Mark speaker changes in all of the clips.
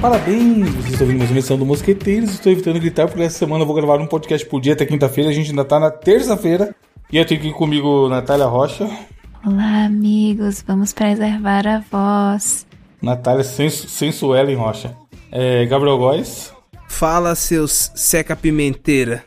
Speaker 1: Parabéns, vocês estão ouvindo mais uma edição do Mosqueteiros. Estou evitando gritar porque essa semana eu vou gravar um podcast por dia até quinta-feira. A gente ainda tá na terça-feira. E eu tenho aqui comigo Natália Rocha.
Speaker 2: Olá, amigos. Vamos preservar a voz.
Speaker 1: Natália Sensu- Sensuela em Rocha. É, Gabriel Góes.
Speaker 3: Fala, seus seca pimenteira.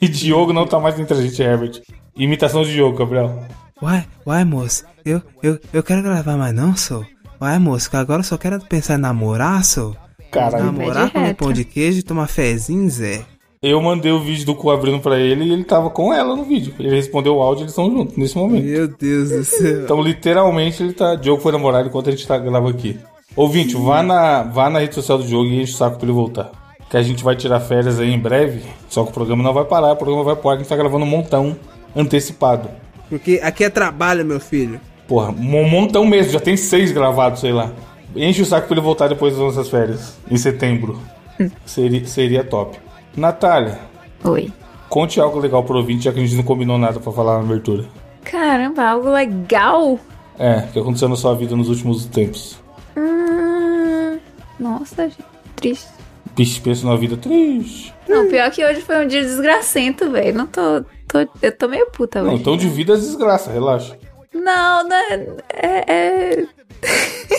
Speaker 1: E Diogo não tá mais entre a gente, Herbert. Imitação de Diogo, Gabriel.
Speaker 3: Uai, uai, moço, eu, eu, eu quero gravar, mas não, sou. Uai, moço, que agora eu só quero pensar em namorar, sou.
Speaker 1: Caralho.
Speaker 3: Namorar,
Speaker 2: Pede
Speaker 3: comer
Speaker 2: reto.
Speaker 3: pão de queijo e tomar fezinho, Zé.
Speaker 1: Eu mandei o vídeo do cu abrindo pra ele e ele tava com ela no vídeo. Ele respondeu o áudio e eles estão juntos nesse momento.
Speaker 3: Meu Deus do céu.
Speaker 1: Então, literalmente, ele tá. Diogo foi namorado enquanto a gente tá grava aqui. Ouvinte, vá na, vá na rede social do Diogo e enche o saco pra ele voltar. Que a gente vai tirar férias aí em breve. Só que o programa não vai parar, o programa vai parar, a gente tá gravando um montão antecipado.
Speaker 3: Porque aqui é trabalho, meu filho.
Speaker 1: Porra, um montão mesmo, já tem seis gravados, sei lá. Enche o saco pra ele voltar depois das nossas férias, em setembro. seria, seria top. Natália,
Speaker 2: Oi.
Speaker 1: conte algo legal pro ouvinte, já que a gente não combinou nada pra falar na abertura.
Speaker 2: Caramba, algo legal.
Speaker 1: É, o que aconteceu na sua vida nos últimos tempos?
Speaker 2: Hum, nossa, gente, triste.
Speaker 1: Bicho, pensa numa vida triste.
Speaker 2: Não, pior que hoje foi um dia desgracento, velho. Não tô, tô. Eu tô meio puta,
Speaker 1: Não,
Speaker 2: velho.
Speaker 1: então divida as desgraças, relaxa.
Speaker 2: Não, não é- é- é...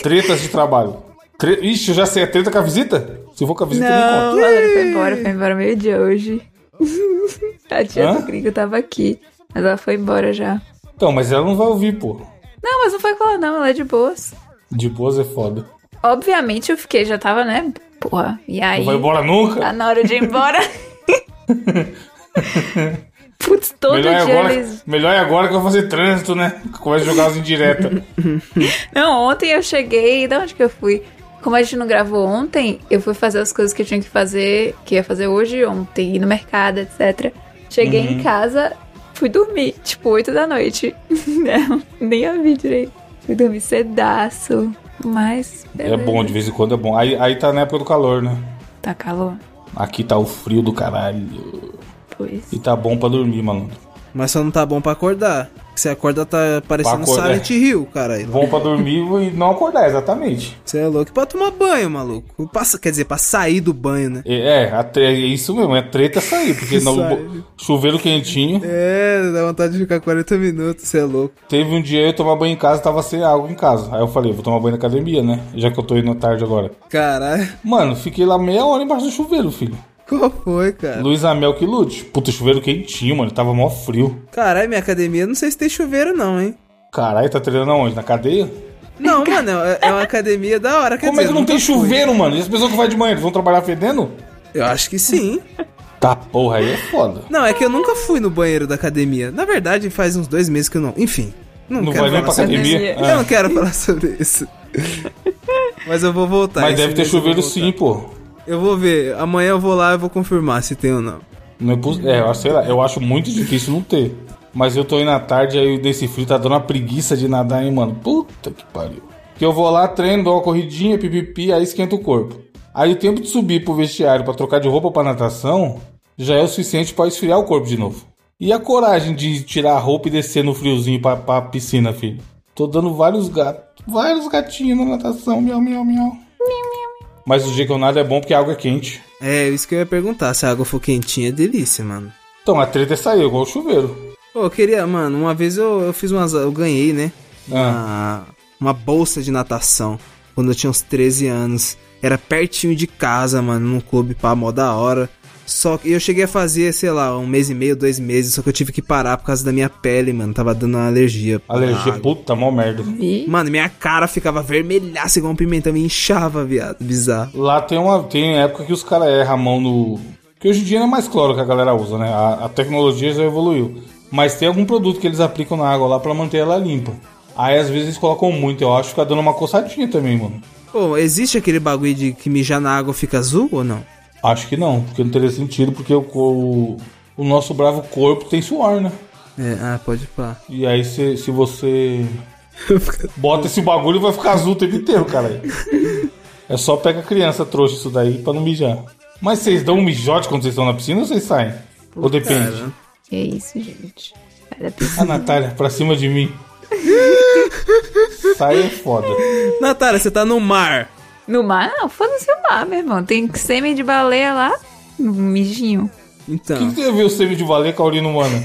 Speaker 1: Tretas de trabalho. Tre... Ixi, eu já sei, é treta com a visita? Se for com a visita,
Speaker 2: Não,
Speaker 1: não,
Speaker 2: o
Speaker 1: conta.
Speaker 2: Valeria foi embora, foi embora meio dia hoje. A tia
Speaker 1: Hã?
Speaker 2: do gringo tava aqui, mas ela foi embora já.
Speaker 1: Então, mas ela não vai ouvir, pô.
Speaker 2: Não, mas não foi com ela não, ela é de boas.
Speaker 1: De boas é foda.
Speaker 2: Obviamente eu fiquei, já tava, né? Porra, e aí?
Speaker 1: Não vai embora nunca?
Speaker 2: Tá na hora de ir embora. Putz, todo
Speaker 1: Melhor é,
Speaker 2: dia
Speaker 1: agora,
Speaker 2: eles...
Speaker 1: melhor é agora que eu vou fazer trânsito, né? Começa a jogar as indiretas.
Speaker 2: Não, ontem eu cheguei, de onde que eu fui? Como a gente não gravou ontem, eu fui fazer as coisas que eu tinha que fazer, que ia fazer hoje e ontem, ir no mercado, etc. Cheguei
Speaker 1: Uhum.
Speaker 2: em casa, fui dormir, tipo, 8 da noite. Não, nem a vi direito. Fui dormir cedaço, mas...
Speaker 1: é bom, de vez em quando é bom. Aí, aí tá na época do calor, né?
Speaker 2: Tá calor?
Speaker 1: Aqui tá o frio do caralho.
Speaker 2: Pois.
Speaker 1: E tá bom pra dormir, malandro.
Speaker 3: Mas só não tá bom pra acordar. Você acorda, tá parecendo
Speaker 1: Pra acordar.
Speaker 3: Silent Hill, caralho.
Speaker 1: Bom pra dormir e não acordar, exatamente.
Speaker 3: Você é louco pra tomar banho, maluco. Pra, quer dizer, pra sair do banho, né?
Speaker 1: É, é, a tre- é isso mesmo, é treta sair, porque no
Speaker 3: Sai.
Speaker 1: chuveiro quentinho.
Speaker 3: É, dá vontade de ficar 40 minutos, você é louco.
Speaker 1: Teve um dia eu tomar banho em casa, tava sem água em casa. Aí eu falei, vou tomar banho na academia, né? Já que eu tô indo à tarde agora.
Speaker 3: Caralho,
Speaker 1: Mano, fiquei lá meia hora embaixo do chuveiro, filho.
Speaker 3: qual foi, cara?
Speaker 1: Luiz Amel que lute. Puta, chuveiro quentinho, mano. Tava mó frio.
Speaker 3: Caralho, minha academia, não sei se tem chuveiro não, hein?
Speaker 1: Caralho, tá treinando aonde? Na cadeia?
Speaker 3: Não, mano, é, é uma academia da hora. quer
Speaker 1: Como é
Speaker 3: dizer,
Speaker 1: que não
Speaker 3: nunca
Speaker 1: tem
Speaker 3: fui.
Speaker 1: chuveiro, mano? E as pessoas que vão de manhã, eles vão trabalhar fedendo?
Speaker 3: Eu acho que sim.
Speaker 1: Tá porra, aí é foda.
Speaker 3: Não, é que eu nunca fui no banheiro da academia. Na verdade, faz uns dois meses que eu não. Enfim, não,
Speaker 1: Não
Speaker 3: quero
Speaker 1: vai nem
Speaker 3: falar
Speaker 1: pra
Speaker 3: sobre
Speaker 1: academia. Ah.
Speaker 3: isso. Eu não quero falar sobre isso. Mas eu vou voltar.
Speaker 1: Mas
Speaker 3: esse
Speaker 1: deve ter
Speaker 3: mês eu é
Speaker 1: chuveiro
Speaker 3: vou voltar.
Speaker 1: sim, pô.
Speaker 3: Eu vou ver. Amanhã eu vou lá e vou confirmar se tem ou não.
Speaker 1: Não é, poss- é, eu acho- sei lá, eu acho muito difícil não ter. Mas eu tô indo à tarde, aí nesse frio tá dando uma preguiça de nadar, hein, mano. Puta que pariu. Que eu vou lá, treino, dou uma corridinha, pipipi, aí esquenta o corpo. Aí o tempo de subir pro vestiário pra trocar de roupa pra natação já é o suficiente pra esfriar o corpo de novo. E a coragem de tirar a roupa e descer no friozinho pra, pra piscina, filho? Tô dando vários gatos. Vários gatinhos na natação, miau, miau, miau. Mas o dia que eu nado é bom porque a água é quente.
Speaker 3: É, isso que eu ia perguntar. Se a água for quentinha, é delícia, mano.
Speaker 1: Então a treta é sair, igual o chuveiro.
Speaker 3: Pô, eu queria, mano, uma vez eu, eu fiz umas. Eu ganhei, né?
Speaker 1: Ah.
Speaker 3: uma, uma bolsa de natação quando eu tinha uns 13 anos. Era pertinho de casa, mano, num clube pá, mó da hora. Só que eu cheguei a fazer, sei lá, um mês e meio, dois meses, só que eu tive que parar por causa da minha pele, mano. Tava dando uma alergia.
Speaker 1: Alergia,
Speaker 3: Ah,
Speaker 1: puta, mó merda.
Speaker 2: Vi.
Speaker 3: Mano, minha cara ficava vermelhaça igual um pimentão, me inchava, viado. Bizarro.
Speaker 1: Lá tem uma tem época que os caras erram a mão no. Que hoje em dia não é mais cloro que a galera usa, né? A, a tecnologia já evoluiu. Mas tem algum produto que eles aplicam na água lá pra manter ela limpa. Aí às vezes eles colocam muito, eu acho que fica dando uma coçadinha também, mano.
Speaker 3: Pô, existe aquele bagulho de que mijar na água fica azul ou não?
Speaker 1: Acho que não, porque não teria sentido, porque o, o, o nosso bravo corpo tem suor, né?
Speaker 3: É, ah, pode pá.
Speaker 1: E aí se, se você bota esse bagulho vai ficar azul o tempo inteiro, cara. É só pega criança trouxa isso daí pra não mijar. Mas vocês dão um mijote quando vocês estão na piscina ou vocês saem? ou depende?
Speaker 3: cara.
Speaker 2: Que isso, gente. Olha, tem-
Speaker 1: A Natália, pra cima de mim. Sai é foda.
Speaker 3: Natália, você tá no mar.
Speaker 2: No mar? Não, foda-se o mar, meu irmão. Tem sêmen de baleia lá, um mijinho.
Speaker 1: O que, que
Speaker 3: Então,
Speaker 1: tem a ver o sêmen de baleia com a urina humana?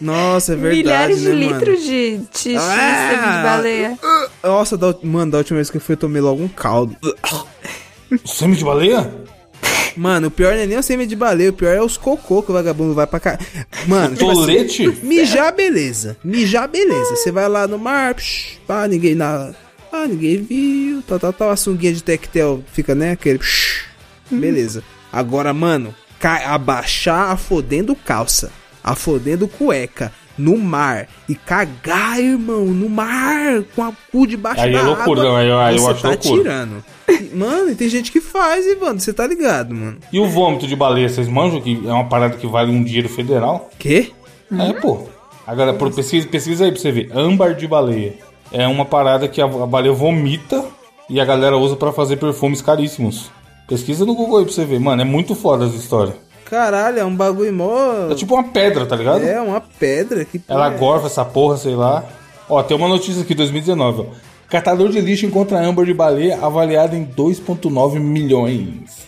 Speaker 3: nossa, é verdade,
Speaker 2: Milhares de
Speaker 3: né, mano?
Speaker 2: litros de, de, de
Speaker 3: Ah!
Speaker 2: sêmen de baleia.
Speaker 3: Nossa, da, ult- mano, da última vez que eu fui, eu tomei logo um caldo.
Speaker 1: O sêmen de baleia?
Speaker 3: Mano, o pior não é nem o sêmen de baleia, o pior é os cocô que o vagabundo vai pra cá. Mano, tipo assim,
Speaker 1: Tolete?
Speaker 3: mijar beleza, mijar beleza. Você vai lá no mar, psh, pá, ninguém nada, ah, ninguém viu, tal, tal, tal. A sunguinha de tectel fica, né, aquele, psh, beleza. Agora, mano, cai, abaixar a fodendo calça, a fodendo cueca. No mar. E cagar, irmão, no mar, com a cu debaixo
Speaker 1: Aí
Speaker 3: da
Speaker 1: é loucura,
Speaker 3: água.
Speaker 1: aí eu- aí eu
Speaker 3: você
Speaker 1: acho
Speaker 3: tá
Speaker 1: loucura.
Speaker 3: tirando. E, Mano, e tem gente que faz, hein, mano. Você tá ligado, mano.
Speaker 1: E o vômito de baleia, vocês manjam que é uma parada que vale um dinheiro federal?
Speaker 3: Quê?
Speaker 1: É, pô. Agora, pô, pesquisa, pesquisa aí pra você ver. Âmbar de baleia. É uma parada que a, a baleia vomita e a galera usa pra fazer perfumes caríssimos. Pesquisa no Google aí pra você ver. Mano, é muito foda essa história.
Speaker 3: Caralho, é um bagulho mó.
Speaker 1: É tipo uma pedra, tá ligado?
Speaker 3: É uma pedra que.
Speaker 1: Ela
Speaker 3: é.
Speaker 1: gorfa essa porra, sei lá. Ó, tem uma notícia aqui, 2019, ó. Catador de lixo encontra âmbar de baleia avaliada em 2,9 milhões.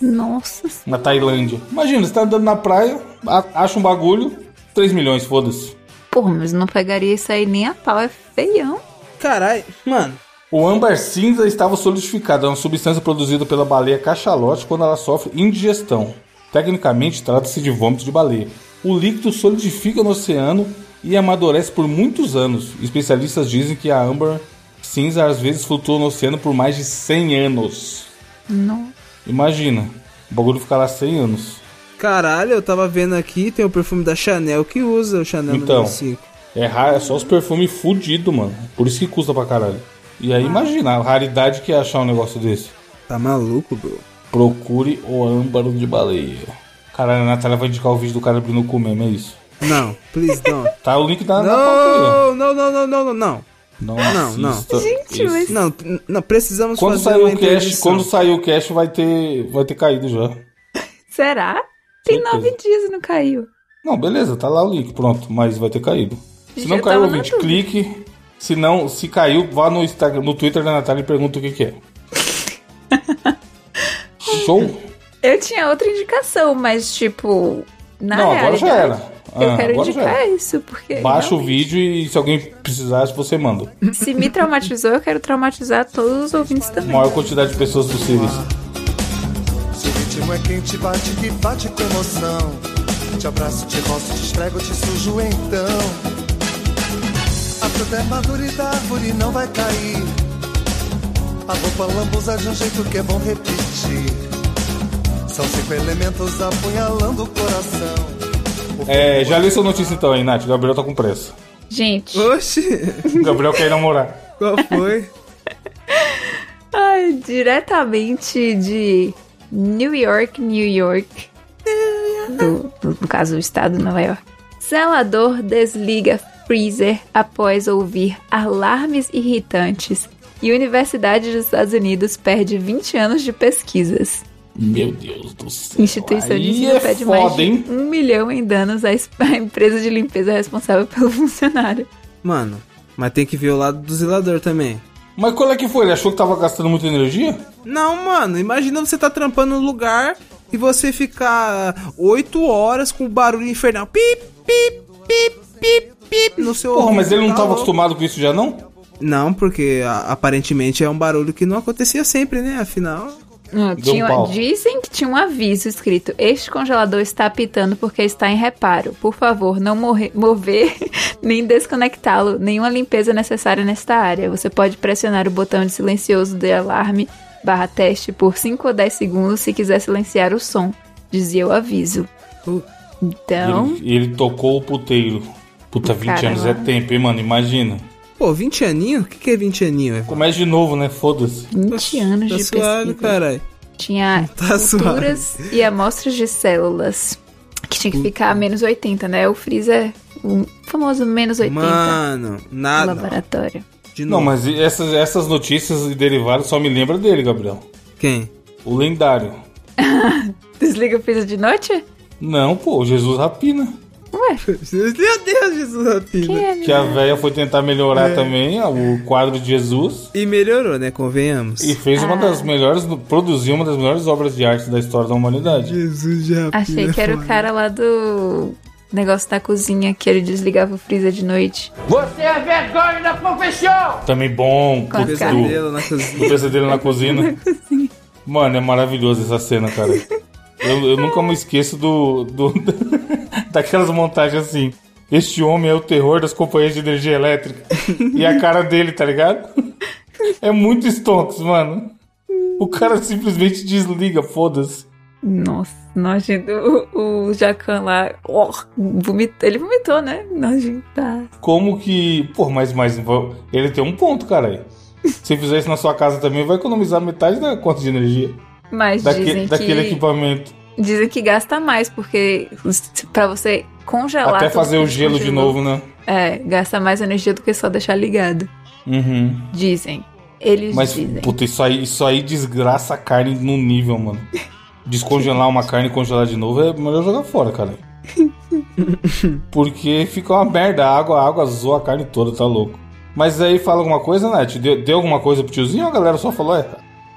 Speaker 2: Nossa
Speaker 1: Na Tailândia. Imagina, você tá andando na praia, a- acha um bagulho, 3 milhões, foda-se.
Speaker 2: Porra, mas não pegaria isso aí nem a pau, é feião.
Speaker 3: Caralho, mano.
Speaker 1: O âmbar cinza estava solidificado, é uma substância produzida pela baleia cachalote quando ela sofre indigestão. Tecnicamente, trata-se de vômito de baleia. O líquido solidifica no oceano e amadurece por muitos anos. Especialistas dizem que a âmbar cinza às vezes flutua no oceano por mais de 100 anos.
Speaker 2: Não.
Speaker 1: Imagina, o bagulho ficar lá 100 anos.
Speaker 3: Caralho, eu tava vendo aqui, tem o perfume da Chanel que usa o Chanel
Speaker 1: Então.
Speaker 3: número 5.
Speaker 1: É raro, é só os perfumes fudidos, mano. Por isso que custa pra caralho. E aí, imagina a raridade que é achar um negócio desse.
Speaker 3: Tá maluco, bro?
Speaker 1: Procure o âmbaro de baleia. Caralho, a Natália vai indicar o vídeo do cara abrindo o cu mesmo, é isso.
Speaker 3: Não, please don't.
Speaker 1: Tá o link da na pauta aí, ó.
Speaker 3: não, não, não, não, não, não, não.
Speaker 1: Não,
Speaker 3: Não, não.
Speaker 1: assista
Speaker 2: Gente,
Speaker 1: isso.
Speaker 2: mas-
Speaker 3: Não, n- não, precisamos
Speaker 1: Quando
Speaker 3: fazer
Speaker 1: sair
Speaker 3: uma
Speaker 1: o cast,
Speaker 3: interdição.
Speaker 1: quando sair o cast vai ter, vai ter caído já.
Speaker 2: Será? Tem
Speaker 1: Certeza.
Speaker 2: nove dias e não caiu.
Speaker 1: Não, beleza, tá lá o link, pronto, mas vai ter caído. Se
Speaker 2: Já
Speaker 1: não caiu
Speaker 2: tava
Speaker 1: o vídeo,
Speaker 2: na dúvida.
Speaker 1: clique. Se não, se caiu, vá no Instagram, no Twitter da Natália e pergunta o que que é. Show?
Speaker 2: Eu tinha outra indicação, mas tipo. Na
Speaker 1: Não, agora
Speaker 2: realidade,
Speaker 1: já era.
Speaker 2: Eu
Speaker 1: Ah,
Speaker 2: quero
Speaker 1: agora já
Speaker 2: indicar
Speaker 1: era.
Speaker 2: isso, porque.
Speaker 1: Baixa o
Speaker 2: não,
Speaker 1: vídeo e se alguém precisar, você manda.
Speaker 2: Se me traumatizou, eu quero traumatizar todos os ouvintes também.
Speaker 1: Maior quantidade de pessoas possíveis.
Speaker 4: Seu ritmo é quente, bate que bate com emoção. Te abraço, te roço, te esfrego, te sujo então. A fruta é madura e da árvore não vai cair. A roupa lambuza de um jeito que é bom repetir. São cinco elementos apunhalando o coração. O
Speaker 1: É, já li sua notícia então aí, Nath. O Gabriel tá com pressa.
Speaker 2: Gente.
Speaker 3: Oxi,
Speaker 1: O Gabriel quer ir namorar.
Speaker 3: qual foi?
Speaker 2: Ai, diretamente de New York, New York. Do, do- no caso, o estado de Nova York. Zelador desliga freezer após ouvir alarmes irritantes. E Universidade dos Estados Unidos perde 20 anos de pesquisas.
Speaker 1: Meu Deus do céu.
Speaker 2: Instituição
Speaker 1: aí
Speaker 2: de ensino
Speaker 1: é
Speaker 2: pede mais
Speaker 1: foda,
Speaker 2: de
Speaker 1: hein?
Speaker 2: um milhão em danos à es- à empresa de limpeza responsável pelo funcionário.
Speaker 3: Mano, mas tem que ver o lado do zelador também.
Speaker 1: Mas qual é que foi? Ele achou que tava gastando muita energia?
Speaker 3: Não, mano, imagina você tá trampando um lugar e você ficar 8 horas com o barulho infernal. Pip, pip, pip, pip, pip no seu
Speaker 1: Porra,
Speaker 3: ouvido,
Speaker 1: mas ele não
Speaker 3: tá
Speaker 1: tava
Speaker 3: louco.
Speaker 1: acostumado com isso já, não?
Speaker 3: Não, porque a- aparentemente é um barulho que não acontecia sempre, né? Afinal.
Speaker 2: Não,
Speaker 1: Deu
Speaker 2: tinha-
Speaker 1: um pau.
Speaker 2: dizem que tinha um aviso escrito: Este congelador está apitando porque está em reparo. Por favor, não morre- mover nem desconectá-lo. Nenhuma limpeza necessária nesta área. Você pode pressionar o botão de silencioso de alarme barra teste por 5 ou 10 segundos se quiser silenciar o som. Dizia o aviso.
Speaker 3: Uh.
Speaker 2: Então,
Speaker 1: Ele, ele tocou o puteiro. Puta, 20
Speaker 2: Caramba.
Speaker 1: anos é tempo, hein, mano? Imagina.
Speaker 3: Pô, 20 aninho? O que, que é 20 aninho? É
Speaker 1: Começa de novo, né? Foda-se.
Speaker 2: 20 anos
Speaker 3: tá
Speaker 2: de
Speaker 3: suado,
Speaker 2: pesquisa.
Speaker 3: caralho.
Speaker 2: Tinha
Speaker 3: Tá
Speaker 2: culturas e amostras de células. Que tinha que ficar a menos 80, né? O freezer, o famoso menos 80
Speaker 3: Mano, ah,
Speaker 2: no
Speaker 3: nada.
Speaker 2: laboratório.
Speaker 3: De
Speaker 1: Não,
Speaker 3: novo.
Speaker 1: mas essas, essas notícias e derivados só me lembram dele, Gabriel.
Speaker 3: Quem?
Speaker 1: O lendário.
Speaker 2: Desliga o freezer de noite?
Speaker 1: Não, pô, Jesus Rapina.
Speaker 2: Ué,
Speaker 3: Meu Deus, Jesus da
Speaker 2: quem
Speaker 3: Pina.
Speaker 2: é?
Speaker 1: Que a
Speaker 2: menina?
Speaker 1: véia foi tentar melhorar também ó, o quadro de Jesus
Speaker 3: E melhorou, né? Convenhamos.
Speaker 1: e fez
Speaker 2: Ah.
Speaker 1: uma das melhores, produziu uma das melhores obras de arte da história da humanidade.
Speaker 3: Jesus já.
Speaker 2: Achei que era o cara lá do negócio da cozinha que ele desligava o freezer de noite.
Speaker 5: Você é a vergonha da profissão!
Speaker 1: Também bom,
Speaker 2: Com a
Speaker 1: puto.
Speaker 2: cara.
Speaker 3: Pesadelo na cozinha.
Speaker 1: O pesadelo na cozinha. Mano, é maravilhoso essa cena, cara. Eu, eu nunca me esqueço do, do- daquelas montagens assim. Este homem é o terror das companhias de energia elétrica. E a cara dele, tá ligado? É muito stonks, mano. O cara simplesmente desliga, foda-se.
Speaker 2: Nossa, nojento. O, o Jacan lá, ó, vomita- ele vomitou, né? Nojento.
Speaker 1: Como que. Pô, mas, mas ele tem um ponto, cara. Se fizer isso na sua casa também, vai economizar metade da conta de energia.
Speaker 2: Mas
Speaker 1: Daque-
Speaker 2: dizem
Speaker 1: daquele
Speaker 2: que...
Speaker 1: equipamento.
Speaker 2: Dizem que gasta mais, porque os- pra você congelar...
Speaker 1: Até
Speaker 2: tudo
Speaker 1: fazer
Speaker 2: que
Speaker 1: o gelo de
Speaker 2: congelou,
Speaker 1: novo, né?
Speaker 2: É, gasta mais energia do que só deixar ligado.
Speaker 1: Uhum.
Speaker 2: Dizem. Eles
Speaker 1: Mas,
Speaker 2: dizem.
Speaker 1: puta, isso aí, isso aí desgraça a carne num nível, mano. Descongelar uma carne e congelar de novo é melhor jogar fora, cara. Porque fica uma merda. A água, a água zoa a carne toda, tá louco. Mas aí fala alguma coisa, Nath? Deu, deu alguma coisa pro tiozinho ou a galera só falou, é?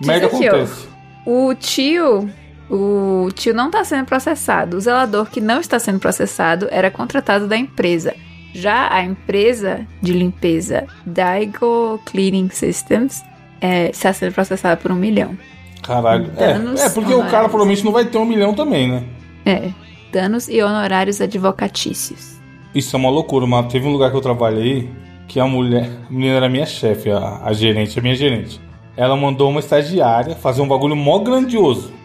Speaker 1: Merda
Speaker 2: aqui, ó.
Speaker 1: acontece.
Speaker 2: O tio... O tio não tá sendo processado. O zelador que não está sendo processado era contratado da empresa. Já a empresa de limpeza Daigo Cleaning Systems é, está sendo processada por um milhão.
Speaker 1: Caralho.
Speaker 2: Danos
Speaker 1: É, é porque o cara
Speaker 2: morais.
Speaker 1: provavelmente não vai ter um milhão também, né?
Speaker 2: É. Danos e honorários advocatícios.
Speaker 1: Isso é uma loucura, mano. Teve um lugar que eu trabalhei que a mulher, a menina era minha chefe, a, a gerente, a minha gerente. Ela mandou uma estagiária fazer um bagulho mó grandioso.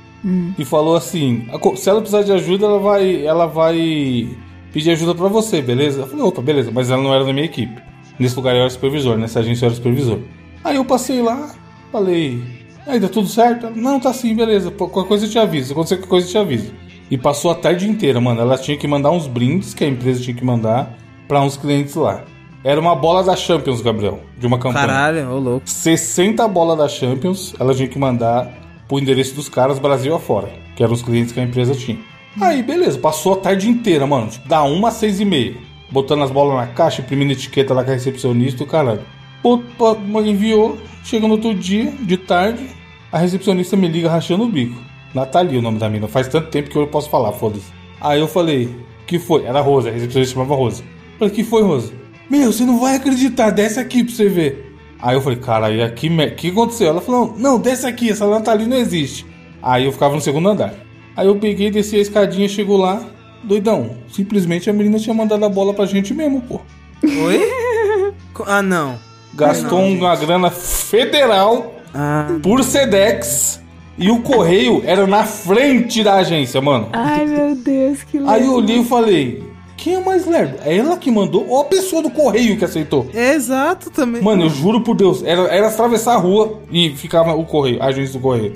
Speaker 1: E falou assim: "A co- se ela precisar de ajuda, ela vai, ela vai pedir ajuda pra você, beleza? Eu falei: opa, beleza, mas ela não era da minha equipe. Nesse lugar eu era supervisor, nessa agência eu era supervisor. Aí eu passei lá, falei: aí deu tudo certo? Ela, não, tá sim, beleza, Pô, qualquer coisa eu te aviso, se acontecer qualquer coisa eu te aviso. E passou a tarde inteira, mano. Ela tinha que mandar uns brindes que a empresa tinha que mandar pra uns clientes lá. Era uma bola da Champions, Gabriel, de uma campanha.
Speaker 3: Caralho, ô louco.
Speaker 1: 60 bolas da Champions, ela tinha que mandar pro endereço dos caras Brasil afora, que eram os clientes que a empresa tinha. Aí, beleza, passou a tarde inteira, mano, tipo, da 1 às 6 e meia, botando as bolas na caixa, imprimindo etiqueta lá com a recepcionista e o caralho. Pô, pô, mano, enviou, chegando outro dia, de tarde, a recepcionista me liga rachando o bico. Nathalie o nome da mina, faz tanto tempo que eu não posso falar, foda-se. Aí eu falei, que foi? Era a Rosa, a recepcionista chamava Rosa. Falei, que foi, Rosa? Meu, você não vai acreditar, desce aqui pra você ver. Aí eu falei, cara, e aqui, o que aconteceu? Ela falou, não, desce aqui, essa Nathalie não existe. Aí eu ficava no segundo andar. Aí eu peguei, desci a escadinha, chegou lá, doidão. Simplesmente a menina tinha mandado a bola pra gente mesmo, pô.
Speaker 3: Oi? Co- ah, não.
Speaker 1: Gastou
Speaker 3: Não,
Speaker 1: uma grana federal
Speaker 3: Ah,
Speaker 1: por Sedex e o correio era na frente da agência, mano.
Speaker 2: Ai, meu Deus, que
Speaker 1: Aí eu olhei e falei, quem é mais lerdo? É ela que mandou ou a pessoa do correio que aceitou?
Speaker 3: é exato também.
Speaker 1: Mano, eu juro por Deus, era, era atravessar a rua e ficava o correio, a agência do correio.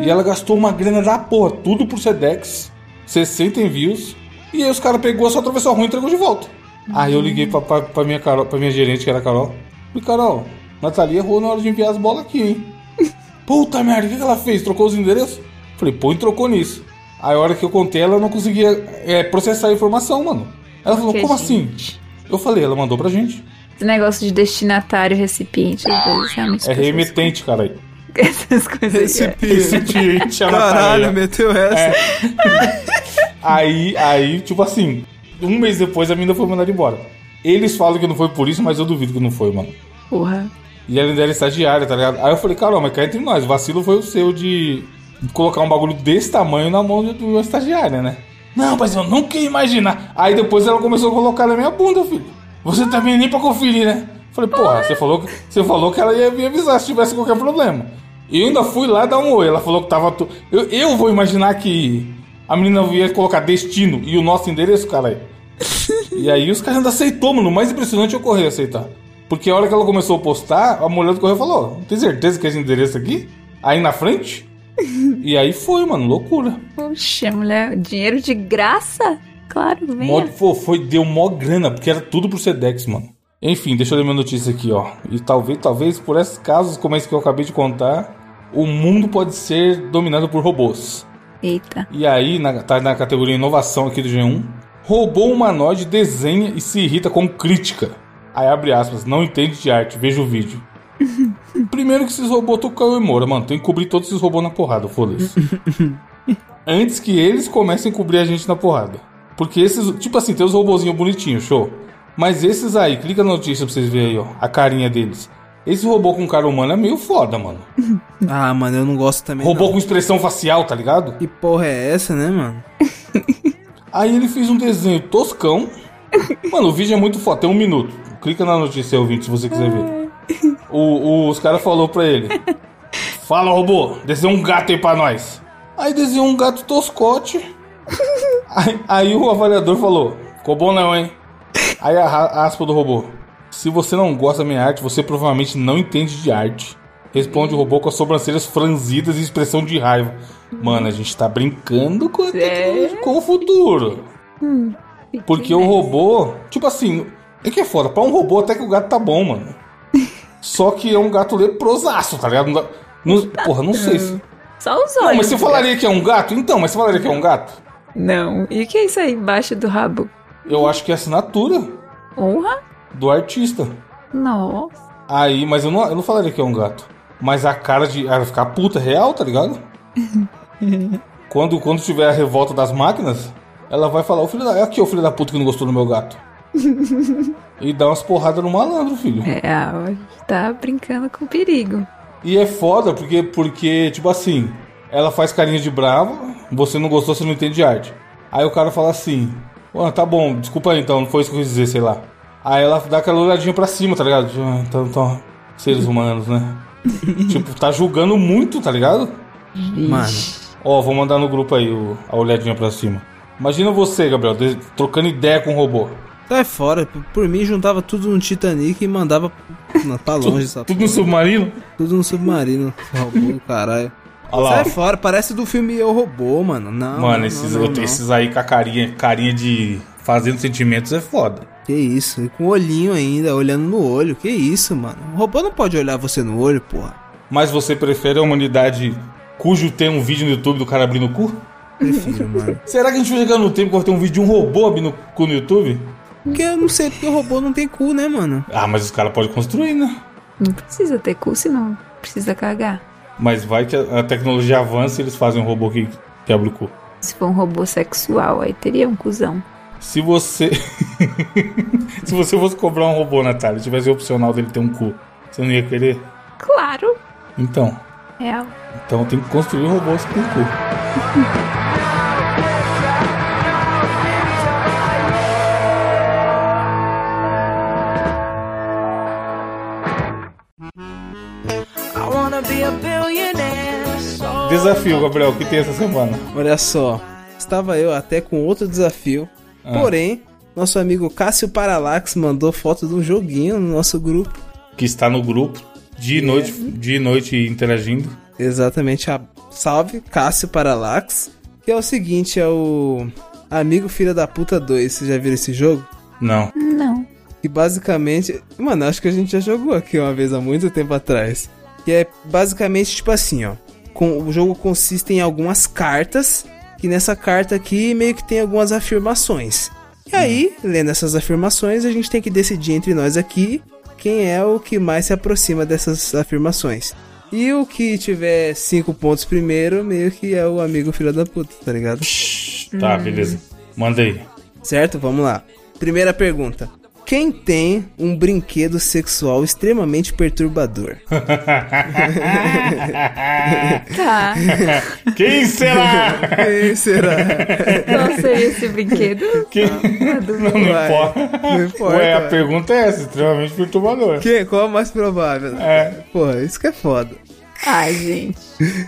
Speaker 1: e ela gastou uma grana da porra, tudo por Sedex, 60 envios, e aí os caras pegou, só atravessou a rua e entregou de volta. Aí eu liguei pra, pra, pra minha, Carol, pra minha gerente, que era a Carol, e Carol, Natalia errou na hora de enviar as bolas aqui, hein? Puta merda, o que que ela fez? Trocou os endereços? Falei, pô, e trocou nisso. Aí a hora que eu contei, ela não conseguia é, processar a informação, mano. Ela falou,
Speaker 2: Porque,
Speaker 1: como
Speaker 2: gente.
Speaker 1: assim? Eu falei, ela mandou pra gente.
Speaker 2: Esse negócio de destinatário, recipiente, às vezes realmente.
Speaker 1: É remetente, caralho.
Speaker 2: Essas coisas.
Speaker 3: Esse
Speaker 2: é.
Speaker 3: pia.
Speaker 1: Remetente, é a
Speaker 3: Caralho,
Speaker 1: Natália.
Speaker 3: meteu essa.
Speaker 1: É. Aí, aí, tipo assim, um mês depois a menina foi mandada embora. Eles falam que não foi por isso, mas eu duvido que não foi, mano.
Speaker 2: Porra.
Speaker 1: E ela ainda era estagiária, tá ligado? Aí eu falei, Carol, mas cá entre nós, vacilo foi o seu de colocar um bagulho desse tamanho na mão de de uma estagiária, né? Não, mas eu nunca ia imaginar. Aí depois ela começou a colocar na minha bunda, filho. Você também nem pra conferir, né? Falei, porra, você falou, que- você falou que ela ia me avisar se tivesse qualquer problema. E eu ainda fui lá dar um oi. Ela falou que tava. tu- Eu, eu vou imaginar que a menina ia colocar destino e o nosso endereço, caralho. E aí os caras ainda aceitou, mano. O mais impressionante é o correio aceitar. Porque a hora que ela começou a postar, a mulher do correio falou: "Ó, Tem certeza que é esse endereço aqui? Aí na frente? E aí foi, mano, loucura.
Speaker 2: Poxa, mulher, dinheiro de graça? Claro,
Speaker 1: Mó,
Speaker 2: venha.
Speaker 1: foi, foi- deu mó grana, porque era tudo pro Sedex, mano. Enfim, deixa eu ler minha notícia aqui, ó. E talvez, talvez, por esses casos como esse que eu acabei de contar, o mundo pode ser dominado por robôs.
Speaker 2: Eita.
Speaker 1: E aí, na, tá na categoria inovação aqui do G1, Robô humanoide desenha e se irrita com crítica. Aí abre aspas, não entende de arte, veja o vídeo. Primeiro que esses robôs tão Cauê Moura, mano. Tem que cobrir todos esses robôs na porrada, foda-se. Antes que eles comecem a cobrir a gente na porrada. Porque esses, tipo assim, tem os robôzinhos bonitinhos, show. Mas esses aí, clica na notícia pra vocês verem aí, ó, a carinha deles. Esse robô com cara humana é meio foda, mano.
Speaker 3: Ah, mano, eu não gosto também.
Speaker 1: Robô
Speaker 3: não.
Speaker 1: com expressão facial, tá ligado?
Speaker 3: Que porra é essa, né, mano?
Speaker 1: Aí ele fez um desenho toscão. Mano, o vídeo é muito foda, tem um minuto. Clica na notícia ouvinte se você quiser ver. O, o- os caras falaram pra ele: Fala, robô, desenha um gato aí pra nós. Aí desenhou um gato toscote. Aí, aí o avaliador falou: Ficou bom não, hein? Aí a ra- aspa do robô: Se você não gosta da minha arte, você provavelmente não entende de arte. Responde o robô com as sobrancelhas franzidas e expressão de raiva. Mano, a gente tá brincando com, a tecnologia- com o futuro. Porque
Speaker 2: Né?
Speaker 1: o robô, tipo assim, é que é foda. Pra um robô, até que o gato tá bom, mano. Só que é um gato leprosaço, tá ligado? Não dá- não- porra, não sei. se-
Speaker 2: Só os olhos.
Speaker 1: Não, mas você falaria que é um gato? Então, mas você falaria que é um gato?
Speaker 2: Não. E o que é isso aí embaixo do rabo?
Speaker 1: Eu acho que é a assinatura
Speaker 2: Honra?
Speaker 1: do artista.
Speaker 2: Nossa.
Speaker 1: Aí, mas eu não, eu não falaria que é um gato. Mas a cara de. Ela ficar puta real, tá ligado? quando, quando tiver a revolta das máquinas, ela vai falar: o filho da. É Aqui, o filho da puta que não gostou do meu gato. e dá umas porradas no malandro, filho.
Speaker 2: É, a gente tá brincando com perigo.
Speaker 1: E é foda porque, porque, tipo assim, ela faz carinha de bravo, você não gostou, você não entende de arte. Aí o cara fala assim: Ó, tá bom, desculpa aí então, não foi isso que eu quis dizer, sei lá. Aí ela dá aquela olhadinha pra cima, tá ligado? Tipo, "Ah, Então, então, seres humanos, né? tipo, tá julgando muito, tá ligado?
Speaker 3: Mano.
Speaker 1: Ó, vou mandar no grupo aí o- a olhadinha pra cima. Imagina você, Gabriel, de- trocando ideia com um robô.
Speaker 3: Sai fora, p- por mim juntava tudo no Titanic e mandava. Não, tá longe essa
Speaker 1: Tudo no submarino?
Speaker 3: porra. Tudo no submarino. Robô do caralho.
Speaker 1: Olha lá.
Speaker 3: Sai
Speaker 1: ó.
Speaker 3: fora, parece do filme Eu Robô, mano. Não.
Speaker 1: Mano,
Speaker 3: não,
Speaker 1: esses,
Speaker 3: não, não, não.
Speaker 1: esses aí com a carinha, carinha de fazendo sentimentos é foda.
Speaker 3: Que isso, e com o olhinho ainda, olhando no olho. Que isso, mano. O robô não pode olhar você no olho, porra.
Speaker 1: Mas você prefere a humanidade cujo tem um vídeo no YouTube do cara abrindo o cu?
Speaker 3: Prefiro, mano.
Speaker 1: Será que a gente vai chegar no tempo que vai ter um vídeo de um robô abrindo o cu no YouTube?
Speaker 3: Porque eu não sei, porque o robô não tem cu, né, mano?
Speaker 1: Ah, mas os caras podem construir, né?
Speaker 2: Não precisa ter cu, se não precisa cagar.
Speaker 1: Mas vai que a a tecnologia avança e eles fazem um robô que, que abre o cu.
Speaker 2: Se for um robô sexual, aí teria um cuzão.
Speaker 1: Se você. Se você fosse cobrar um robô, Natália, e tivesse o opcional dele ter um cu, você não ia querer?
Speaker 2: Claro.
Speaker 1: Então.
Speaker 2: Real.
Speaker 1: Então tem que construir robôs com cu. Desafio, Gabriel, que tem essa semana?
Speaker 3: Olha só, estava eu até com outro desafio. Porém, nosso amigo Cássio Paralax mandou foto de um joguinho no nosso grupo.
Speaker 1: Que está no grupo, dia e noite, dia e noite interagindo.
Speaker 3: Exatamente, a salve Cássio Paralax. Que é o seguinte, é o Amigo Filha da Puta 2. Vocês já viram esse jogo?
Speaker 1: Não.
Speaker 2: Não.
Speaker 3: Que basicamente. Mano, acho que a gente já jogou aqui uma vez há muito tempo atrás. Que é basicamente tipo assim, ó. Com, o jogo consiste em algumas cartas. Que nessa carta aqui meio que tem algumas afirmações. E aí, lendo essas afirmações, a gente tem que decidir entre nós aqui quem é o que mais se aproxima dessas afirmações. E o que tiver cinco pontos primeiro, meio que é o amigo filho da puta, tá ligado?
Speaker 1: Tá, beleza. Manda aí.
Speaker 3: Certo? Vamos lá. Primeira pergunta. Quem tem um brinquedo sexual extremamente perturbador?
Speaker 2: Tá.
Speaker 1: Quem será?
Speaker 3: Quem será?
Speaker 2: Qual seria esse brinquedo? tá
Speaker 1: Quem...
Speaker 2: Uma dúvida.
Speaker 1: Não
Speaker 3: Vai.
Speaker 1: importa.
Speaker 3: Não importa.
Speaker 1: Ué, a pergunta é essa, extremamente perturbadora.
Speaker 3: Quem? Qual é o mais provável?
Speaker 1: É.
Speaker 3: Porra, isso que é foda.
Speaker 2: Ai, gente.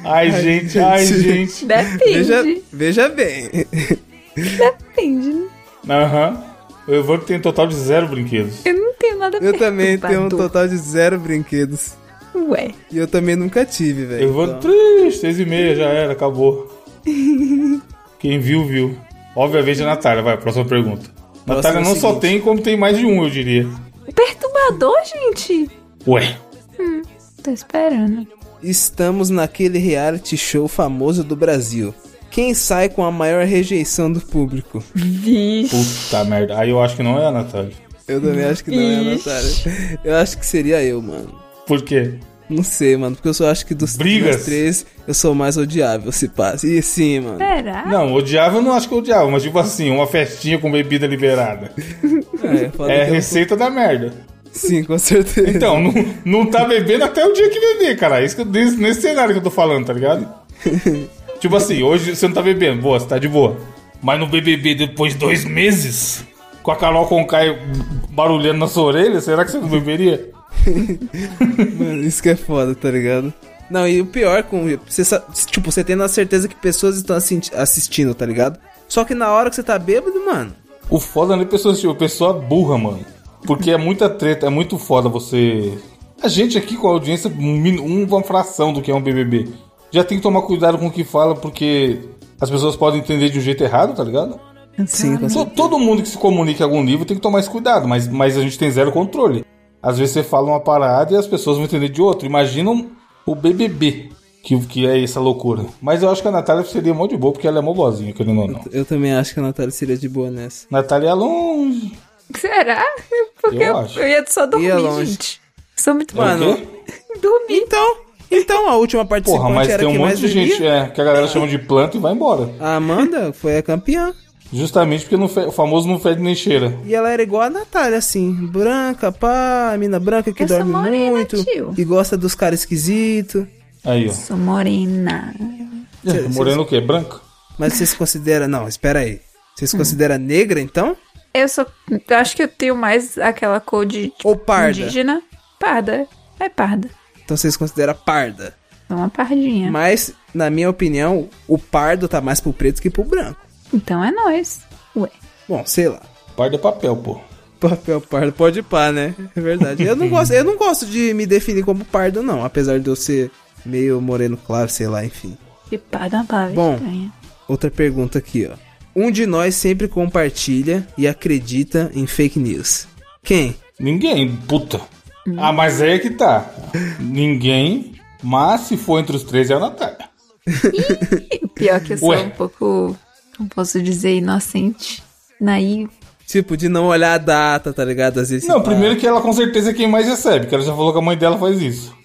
Speaker 1: Ai, gente, ai, gente.
Speaker 3: Veja,
Speaker 2: Depende.
Speaker 3: veja bem.
Speaker 2: Depende, né?
Speaker 1: Aham. O Evandro tem um total de zero brinquedos.
Speaker 2: Eu não tenho nada
Speaker 3: Eu também tenho um
Speaker 2: perturbador.
Speaker 3: total de zero brinquedos.
Speaker 2: Ué.
Speaker 3: E eu também nunca tive, velho.
Speaker 1: Evandro,
Speaker 3: Então,
Speaker 1: triste, seis e meia, já era, acabou. Quem viu, viu. Obviamente a Natália, vai, próxima pergunta. Natália não só
Speaker 3: seguinte.
Speaker 1: tem, como tem mais de um, eu diria.
Speaker 2: Perturbador, gente?
Speaker 1: Ué.
Speaker 2: Hum, Tô esperando.
Speaker 3: Estamos naquele reality show famoso do Brasil. Quem sai com a maior rejeição do público?
Speaker 2: Vixe.
Speaker 1: Puta merda. Aí eu acho que não é a Natália.
Speaker 3: Eu também acho que não é a Natália. Eu acho que seria eu, mano.
Speaker 1: Por quê?
Speaker 3: Não sei, mano, porque eu só acho que dos
Speaker 1: Brigas?
Speaker 3: dos três eu sou o mais odiável, se passa. E sim, mano.
Speaker 2: Será?
Speaker 1: Não, odiava eu não acho que odiava, mas tipo assim, uma festinha com bebida liberada.
Speaker 3: É, fala
Speaker 1: É a
Speaker 3: que eu-
Speaker 1: receita da merda.
Speaker 3: Sim, com certeza.
Speaker 1: Então, não, não tá bebendo até o dia que beber, cara. É Isso que eu- nesse, nesse cenário que eu tô falando, tá ligado? tipo assim, hoje você não tá bebendo, boa, você tá de boa. Mas no BBB depois de dois meses, com a Carol Concaio barulhando na sua orelha, será que você não beberia? Então-
Speaker 3: Mano, isso que é foda, tá ligado? Não, e o pior com. Você, sa- tipo, você tendo a certeza que pessoas estão assin- assistindo, tá ligado? Só que na hora que você tá bêbado, mano.
Speaker 1: O foda não é pessoa assistir, é pessoa burra, mano. Porque é muita treta, é muito foda você. A gente aqui com a audiência, um min- uma fração do que é um BBB. Já tem que tomar cuidado com o que fala, porque as pessoas podem entender de um jeito errado, tá ligado?
Speaker 3: Sim, com
Speaker 1: To-
Speaker 3: certeza.
Speaker 1: Todo mundo que se comunica em algum nível tem que tomar esse cuidado, mas, mas a gente tem zero controle. Às vezes você fala uma parada e as pessoas vão entender de outra. Imagina um, o BBB, que, que é essa loucura. Mas eu acho que a Natália seria mó de boa, porque ela é mó boazinha, querendo ou não.
Speaker 3: Eu também acho que a Natália seria de boa nessa.
Speaker 1: Natália é longe.
Speaker 2: Será? Porque
Speaker 1: Eu
Speaker 2: eu,
Speaker 1: acho.
Speaker 2: eu ia só dormir,
Speaker 3: Ia longe.
Speaker 2: gente. Sou muito
Speaker 3: Mano,
Speaker 1: é quê?
Speaker 2: Dormir.
Speaker 3: Então, então a última participante
Speaker 1: Porra, mas
Speaker 3: era
Speaker 1: tem um
Speaker 3: quem
Speaker 1: monte
Speaker 3: mais
Speaker 1: de
Speaker 3: bebia.
Speaker 1: gente é, que a galera chama de planta e vai embora.
Speaker 3: A Amanda foi a campeã.
Speaker 1: Justamente porque não fe- o famoso não fede nem cheira.
Speaker 3: E ela era igual a Natália, assim. Branca, pá, mina branca que
Speaker 2: Eu sou
Speaker 3: dorme
Speaker 2: morena,
Speaker 3: muito.
Speaker 2: tio.
Speaker 3: E gosta dos caras esquisitos.
Speaker 1: Aí, ó.
Speaker 2: Sou morena.
Speaker 1: É, Moreno o quê? Branco?
Speaker 3: Mas você se considera. Não, espera aí. Você
Speaker 2: Hum.
Speaker 3: se considera negra, então?
Speaker 2: Eu sou. Eu acho que eu tenho mais aquela cor de. tipo,
Speaker 3: Ou parda?
Speaker 2: Indígena. Parda. É parda.
Speaker 3: Então você se considera parda.
Speaker 2: Sou uma pardinha.
Speaker 3: Mas, na minha opinião, o pardo tá mais pro preto que pro branco.
Speaker 2: Então é nós. Ué.
Speaker 3: Bom, sei lá.
Speaker 1: Par de papel, pô.
Speaker 3: Papel pardo pode pá, né? É verdade. Eu não gosto, eu não gosto de me definir como pardo, não. Apesar de eu ser meio moreno claro, sei lá, enfim.
Speaker 2: E parda é uma palavra
Speaker 3: Bom.
Speaker 2: estranha.
Speaker 3: Outra pergunta aqui, ó. Um de nós sempre compartilha e acredita em fake news. Quem?
Speaker 1: Ninguém, puta. Ah, mas aí é que tá. Ninguém, mas se for entre os três é a Natália.
Speaker 2: E Pior que eu sou
Speaker 1: Ué.
Speaker 2: um pouco. Não posso dizer inocente. Naiva.
Speaker 3: Tipo, de não olhar a data, tá ligado? Às vezes.
Speaker 1: Não,
Speaker 3: você tá-
Speaker 1: primeiro que ela com certeza é quem mais recebe, que ela já falou que a mãe dela faz isso.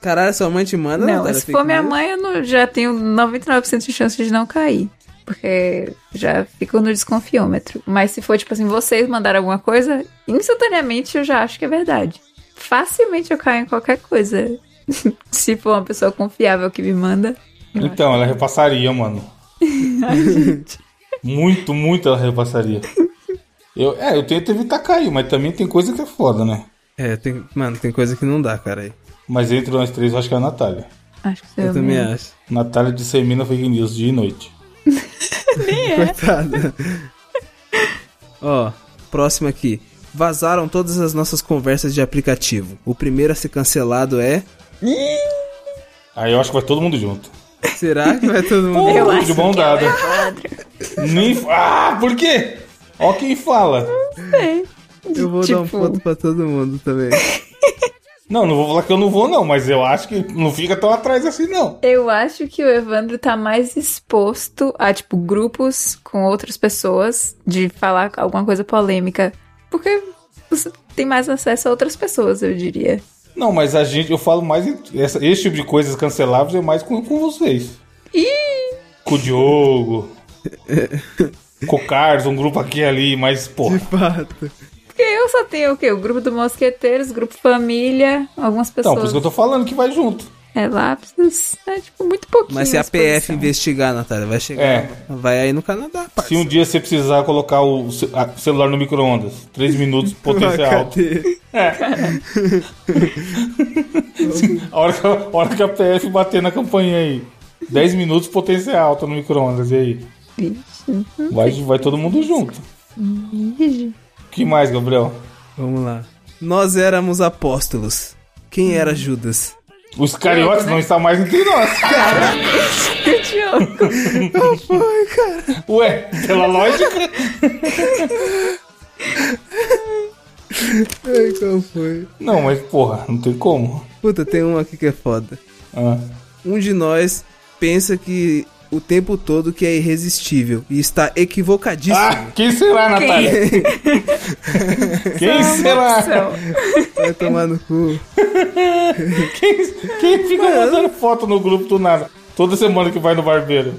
Speaker 3: Caralho, sua mãe te manda?
Speaker 2: Não,
Speaker 3: Natália,
Speaker 2: se
Speaker 3: fake
Speaker 2: for minha
Speaker 3: news?
Speaker 2: mãe, eu não- já tenho 99% de chance de não cair. Porque já fico no desconfiômetro. Mas se for, tipo assim, vocês mandaram alguma coisa, instantaneamente eu já acho que é verdade. Facilmente eu caio em qualquer coisa. se for uma pessoa confiável que me manda.
Speaker 1: Então, ela repassaria, mano. muito, muito ela repassaria. Eu, é, eu tento evitar cair, mas também tem coisa que é foda, né?
Speaker 3: É, tem, mano, tem coisa que não dá, cara. aí.
Speaker 1: Mas entre nós três eu acho que é a Natália.
Speaker 2: Acho que sou
Speaker 3: Eu
Speaker 2: eu
Speaker 3: também
Speaker 2: mesmo.
Speaker 3: acho.
Speaker 1: Natália dissemina fake news dia e noite.
Speaker 2: É.
Speaker 3: Coitada. Ó, próximo aqui. Vazaram todas as nossas conversas de aplicativo. O primeiro a ser cancelado é.
Speaker 1: Aí eu acho que vai todo mundo junto.
Speaker 3: Será que vai todo mundo.
Speaker 2: Eu
Speaker 1: Tudo
Speaker 2: acho
Speaker 1: de mão
Speaker 2: que é
Speaker 1: dada.
Speaker 2: verdade.
Speaker 1: Nem. f- Ah, por quê? Ó quem fala.
Speaker 3: Eu vou dar um
Speaker 2: Tipo-
Speaker 3: ponto pra todo mundo também.
Speaker 1: Não, não vou falar que eu não vou, não, mas eu acho que não fica tão atrás assim, não.
Speaker 2: Eu acho que o Evandro tá mais exposto a, tipo, grupos com outras pessoas de falar alguma coisa polêmica. Porque você tem mais acesso a outras pessoas, eu diria.
Speaker 1: Não, mas a gente, eu falo mais. em- Essa, esse tipo de coisas canceláveis é mais com, com vocês. Com o Diogo. com o Carlos, um grupo aqui e ali, mas, porra.
Speaker 3: Fato.
Speaker 2: Porque eu só tenho o quê? O grupo do Mosqueteiros, grupo Família, algumas
Speaker 1: Então,
Speaker 2: pessoas.
Speaker 1: por isso que eu tô falando que vai junto.
Speaker 2: É lápis, é tipo muito pouquinho.
Speaker 3: Mas se a PF
Speaker 2: exposição.
Speaker 3: investigar, Natália, vai chegar.
Speaker 1: É.
Speaker 3: Vai aí no Canadá, parça.
Speaker 1: Se um dia você precisar colocar o ce- a- o celular no micro-ondas, 3 minutos, potencial
Speaker 3: Vai,
Speaker 1: alto.
Speaker 3: cadê?
Speaker 1: A hora, que, a a hora que a PF bater na campanha aí. 10 minutos, potencial alto no micro-ondas, e aí?
Speaker 2: Vixe,
Speaker 1: Vai, vai todo mundo junto.
Speaker 2: vixe.
Speaker 1: O que mais, Gabriel?
Speaker 3: Vamos lá. Nós éramos apóstolos. Quem era Judas?
Speaker 1: Os cariotas
Speaker 3: né?
Speaker 1: não estão mais entre nós.
Speaker 2: Que Diogo.
Speaker 1: Ué, pela lógica.
Speaker 3: Ai, qual foi?
Speaker 1: Não, mas porra, não tem como.
Speaker 3: Puta, tem um aqui que é foda.
Speaker 1: Ah,
Speaker 3: Um de nós pensa que o tempo todo que é irresistível e está equivocadíssimo.
Speaker 1: Ah, quem será, Natália? Quem será?
Speaker 3: Vai tomar no cu.
Speaker 1: Quem, quem fica mandando foto no grupo do nada? Toda semana que vai no barbeiro.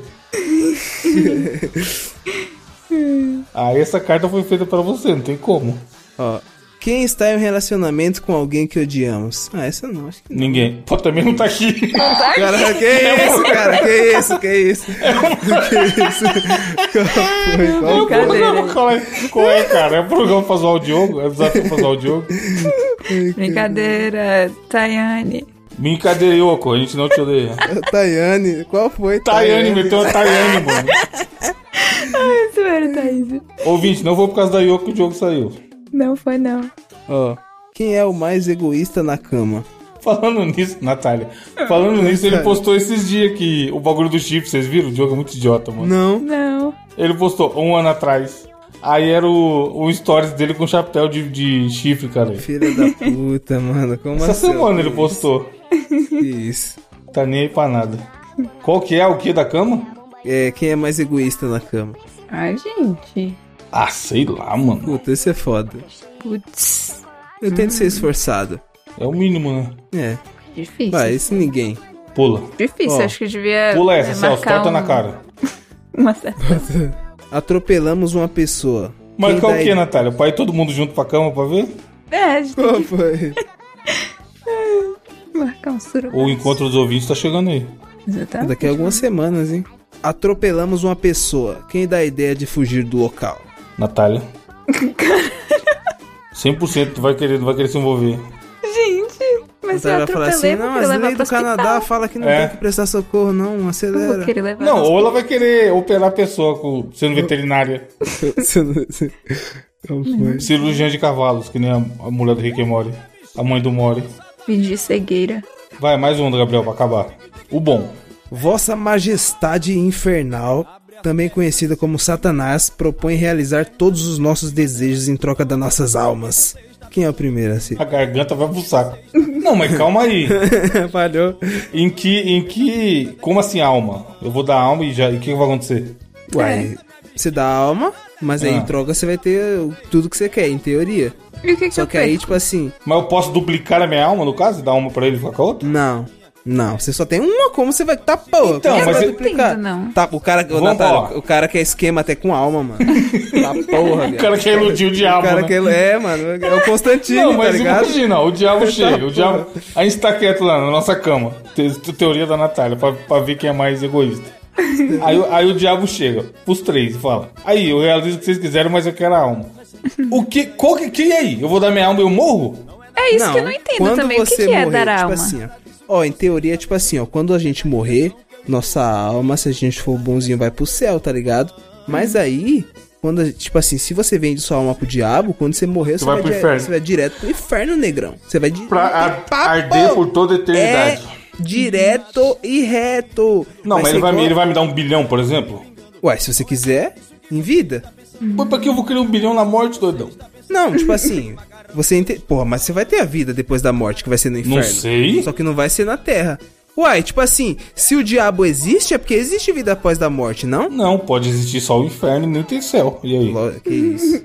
Speaker 1: Ah, essa carta foi feita pra você, não tem como.
Speaker 3: Ó, quem está em um relacionamento com alguém que odiamos? Ah, essa não, acho que não.
Speaker 1: Ninguém. Pô, também não tá aqui.
Speaker 3: Cara, é que isso, cara? Que isso, que isso? Que isso? Qual foi? Qual
Speaker 1: Eu
Speaker 3: foi?
Speaker 1: programa qual é, qual é, cara? É o programa pra zoar o Diogo? É desafio pra zoar o Diogo?
Speaker 2: Brincadeira, Tayane.
Speaker 1: Brincadeira, Yoko, a gente não te odeia.
Speaker 3: Tayane, qual foi?
Speaker 1: Tayane, meteu a Tayane, mano.
Speaker 2: Isso era Thaís.
Speaker 1: Ouvinte, não vou por causa da Yoko que o Diogo saiu.
Speaker 2: Não foi, não.
Speaker 3: Ó, quem é o mais egoísta na cama?
Speaker 1: Falando nisso, Natália, falando nisso, ele postou esses dias que o bagulho do chip, vocês viram? O Diogo é muito idiota, mano.
Speaker 3: Não.
Speaker 2: Não.
Speaker 1: Ele postou um ano atrás. Aí era o, o stories dele com chapéu de, de chifre, cara.
Speaker 3: Filha da puta, mano. Como
Speaker 1: Essa
Speaker 3: assim?
Speaker 1: semana ele postou.
Speaker 3: Que Isso.
Speaker 1: Tá nem aí pra nada. Qual que é o que da cama?
Speaker 3: É, quem é mais egoísta na cama?
Speaker 2: Ai, gente.
Speaker 1: Ah, sei lá, mano.
Speaker 3: Puta, isso é foda.
Speaker 2: Putz.
Speaker 3: Eu tento ser esforçado.
Speaker 1: É o mínimo, né?
Speaker 3: É.
Speaker 2: Difícil.
Speaker 3: Vai, esse ninguém.
Speaker 1: Pula.
Speaker 2: Difícil,
Speaker 3: Ó,
Speaker 2: acho que devia.
Speaker 1: Pula
Speaker 2: né,
Speaker 1: essa, Celso.
Speaker 2: marcar
Speaker 1: Torta
Speaker 2: um-
Speaker 1: na cara.
Speaker 2: Uma certa.
Speaker 3: Atropelamos uma pessoa.
Speaker 1: Mas
Speaker 3: Quem
Speaker 1: qual
Speaker 3: dá
Speaker 1: que é,
Speaker 3: ide-
Speaker 1: Natália? Pai todo mundo junto pra cama pra ver?
Speaker 2: É, a gente tem
Speaker 3: Qual foi?
Speaker 2: que marcar um surubão.
Speaker 1: Ou o encontro dos ouvintes tá chegando aí.
Speaker 2: Exatamente.
Speaker 3: Daqui a algumas semanas, hein? Atropelamos uma pessoa. Quem dá a ideia de fugir do local?
Speaker 1: Natália. 100% tu vai querer, não vai querer se envolver.
Speaker 2: Gente, mas eu
Speaker 3: Natália vai falar
Speaker 2: atropelei
Speaker 3: assim,
Speaker 2: assim,
Speaker 3: não,
Speaker 2: porque
Speaker 3: as
Speaker 2: levar
Speaker 3: leis
Speaker 2: pro
Speaker 3: do
Speaker 2: hospital.
Speaker 3: Canadá fala que não
Speaker 1: É.
Speaker 3: tem que prestar socorro, não.
Speaker 2: Não
Speaker 3: Acelera.
Speaker 2: vou querer levar.
Speaker 1: Não, ou ela vai querer operar a pessoa com, sendo veterinária.
Speaker 3: Você não- você- Qual foi?
Speaker 1: Cirurgiã de cavalos, que nem a, a mulher do Rick e Mori. A mãe do Mori.
Speaker 2: Pedir cegueira.
Speaker 1: Vai, mais um, Gabriel, pra acabar. O bom.
Speaker 3: Vossa Majestade Infernal, também conhecida como Satanás, propõe realizar todos os nossos desejos em troca das nossas almas. Quem é o primeiro assim?
Speaker 1: A garganta vai pro saco. Não, mas calma aí.
Speaker 3: Falhou.
Speaker 1: Em que. Em que. Como assim alma? Eu vou dar alma e já. E o que, que vai acontecer?
Speaker 3: Uai, você dá a alma, mas aí
Speaker 1: Ah.
Speaker 3: em troca você vai ter o- tudo que você quer, em teoria.
Speaker 2: E o que que
Speaker 3: Só
Speaker 2: eu
Speaker 3: que aí,
Speaker 2: perco?
Speaker 3: tipo assim,
Speaker 1: Mas eu posso duplicar a minha alma, no caso? e Dar uma pra ele e ficar com a outra?
Speaker 3: não. Não, você só tem uma, como você vai. Tá, pô,
Speaker 1: Então,
Speaker 3: como
Speaker 1: mas
Speaker 3: você vai
Speaker 1: eu-
Speaker 3: duplicar?
Speaker 2: Entendo, não.
Speaker 3: Tá, o cara. Ô,
Speaker 1: Vamos
Speaker 3: Natália,
Speaker 1: lá.
Speaker 3: o cara quer esquema até com alma, mano. tá porra,
Speaker 1: O
Speaker 3: velho.
Speaker 1: cara quer iludir o diabo.
Speaker 3: O cara
Speaker 1: né?
Speaker 3: que ele é, mano. É o Constantino,
Speaker 1: Não,
Speaker 3: tá
Speaker 1: mas
Speaker 3: ligado? Tá
Speaker 1: imagina, o diabo chega, o
Speaker 3: porra.
Speaker 1: diabo. A gente tá quieto lá na nossa cama. te- te- Teoria da Natália, pra, pra ver quem é mais egoísta. Aí, o- aí o diabo chega, pros três, e fala: Aí, eu realizo o que vocês quiseram, mas eu quero a alma. O que. Qual que. que aí? Eu vou dar minha alma e eu morro?
Speaker 2: É isso que eu não entendo
Speaker 3: quando
Speaker 2: também. O que,
Speaker 3: você
Speaker 2: que é
Speaker 3: morrer,
Speaker 2: dar alma?
Speaker 3: Tipo assim, ó. ó, em teoria, tipo assim, ó, quando a gente morrer, nossa alma, se a gente for bonzinho, vai pro céu, tá ligado? Mas
Speaker 2: Uhum.
Speaker 3: aí, quando, a- tipo assim, se você vende sua alma pro diabo, quando você morrer, você
Speaker 1: vai
Speaker 3: vai,
Speaker 1: pro
Speaker 3: dire-
Speaker 1: inferno.
Speaker 3: você vai direto pro inferno, negrão. Você vai direto.
Speaker 1: Pra ar- arder por toda a eternidade.
Speaker 3: É direto e reto.
Speaker 1: Não, mas
Speaker 3: ser
Speaker 1: ele vai, me-
Speaker 3: igual-
Speaker 1: ele vai me dar um bilhão, por exemplo?
Speaker 3: Ué, se você quiser, em vida.
Speaker 1: Pô, pra que eu vou querer um bilhão na morte, doidão?
Speaker 3: Não, tipo assim, você entende. Porra, mas você vai ter a vida depois da morte, que vai ser no inferno.
Speaker 1: sei.
Speaker 3: Só que não vai ser na Terra. Uai, tipo assim, se o diabo existe, é porque existe vida após da morte, não?
Speaker 1: Não, pode existir só o inferno e nem tem céu. E aí?
Speaker 3: Lo- Que isso.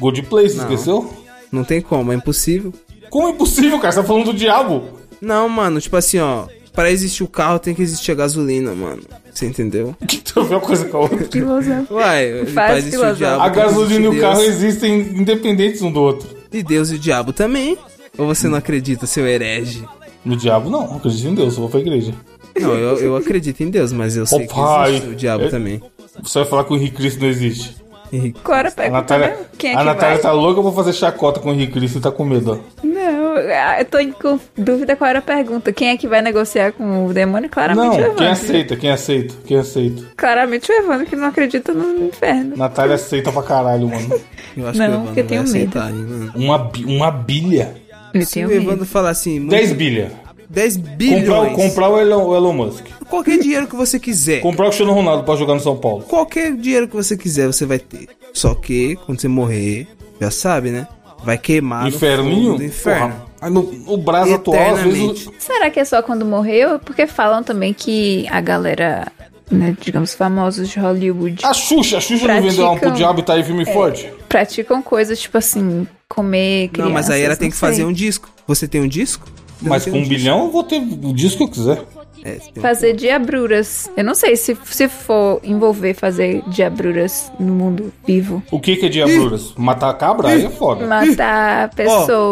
Speaker 1: Good place, esqueceu?
Speaker 3: Não tem como, é impossível.
Speaker 1: Como é impossível, cara? Você tá falando do diabo?
Speaker 3: Não, mano, tipo assim, ó. Pra existir o carro tem que existir a gasolina, mano. Você entendeu?
Speaker 1: Que tem a ver uma coisa com a outra?
Speaker 2: Filosofia.
Speaker 3: Uai, pra existir o
Speaker 2: filosófico.
Speaker 3: diabo.
Speaker 1: A
Speaker 3: tem que
Speaker 1: gasolina e
Speaker 3: existir
Speaker 1: o carro
Speaker 3: Deus.
Speaker 1: existem independentes um do outro.
Speaker 3: E Deus e o diabo também. Ou você não acredita, seu herege?
Speaker 1: No diabo, não. Eu Acredito em Deus, eu vou pra igreja.
Speaker 3: Não, eu, eu acredito em Deus, mas eu sei que
Speaker 1: pai.
Speaker 3: existe o diabo
Speaker 1: É-
Speaker 3: também.
Speaker 1: Você vai falar que o Henrique Cristo não existe.
Speaker 3: Henrique.
Speaker 2: Agora
Speaker 1: A
Speaker 2: pega
Speaker 1: Natália,
Speaker 2: também. Quem é
Speaker 1: a
Speaker 2: que
Speaker 1: Natália
Speaker 2: vai?
Speaker 1: tá louca, eu vou fazer chacota com o Henrique Cristo e tá com medo, ó.
Speaker 2: Não, ah, eu tô em com dúvida qual era a pergunta. Quem é que vai negociar com o demônio? Claramente é
Speaker 1: Não,
Speaker 2: o Evandro.
Speaker 1: quem aceita, quem aceita, quem aceita.
Speaker 2: Claramente o Evandro que não acredita no inferno.
Speaker 1: Natália aceita pra caralho, mano.
Speaker 3: Eu acho
Speaker 2: Não,
Speaker 3: que o Evandro
Speaker 2: porque eu
Speaker 3: vai
Speaker 2: tenho
Speaker 3: aceitar, hein, mano.
Speaker 1: Uma, bi- uma bilha.
Speaker 2: Ele
Speaker 3: Se
Speaker 2: tem
Speaker 3: o
Speaker 2: medo.
Speaker 3: Evandro falar assim, muito-
Speaker 1: 10 bilha.
Speaker 3: 10
Speaker 1: Comprar, o-
Speaker 3: bilhões,
Speaker 1: comprar o, Elon, o Elon Musk.
Speaker 3: qualquer dinheiro que você quiser,
Speaker 1: Comprar o Cristiano Ronaldo pra jogar no São Paulo.
Speaker 3: qualquer dinheiro que você quiser, você vai ter. Só que, quando você morrer, já sabe, né? Vai queimar no
Speaker 1: Inferninho?
Speaker 3: fogo do inferno.
Speaker 1: Porra, no, o braço atual, às vezes...
Speaker 3: Eternamente.
Speaker 1: o-
Speaker 2: Será que é só quando morreu? Porque falam também que a galera né, digamos, famosos de Hollywood.
Speaker 1: A Xuxa, a Xuxa não vendeu uma pro
Speaker 2: Praticam-
Speaker 1: diabo e tá aí filme
Speaker 2: É.
Speaker 1: forte?
Speaker 2: Praticam coisas tipo assim, comer, crianças,
Speaker 3: não, mas aí ela tem que
Speaker 2: sei.
Speaker 3: fazer um disco. Você tem um disco? Você
Speaker 1: Mas
Speaker 3: não
Speaker 1: com
Speaker 3: tem
Speaker 1: um bilhão eu vou ter o disco que eu quiser.
Speaker 3: disco. É, você tem-
Speaker 2: Fazer diabruras. Eu não sei se, se for envolver fazer diabruras no mundo vivo.
Speaker 1: O que que é diabruras? Matar a cabra? Aí é foda.
Speaker 2: Matar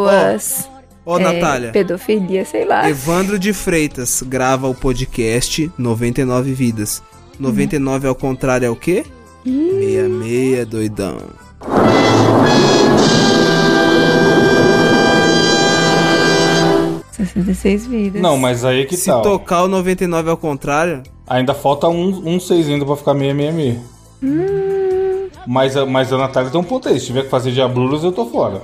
Speaker 2: pessoas.
Speaker 3: Ó,
Speaker 2: é,
Speaker 3: Natália.
Speaker 2: Pedofilia, sei lá.
Speaker 3: Evandro de Freitas grava o podcast 99 Vidas. 99 ao contrário é o quê?
Speaker 2: Hum.
Speaker 3: 66, doidão.
Speaker 2: São 66 vidas.
Speaker 1: Não, mas aí é que
Speaker 3: Se
Speaker 1: tal?
Speaker 3: tocar o 99 ao contrário,
Speaker 1: Ainda falta um, um seis ainda pra ficar 666.
Speaker 3: Hum.
Speaker 1: Mas, a- mas a Natália tem um ponto aí. Se tiver que fazer diabruras, eu tô fora.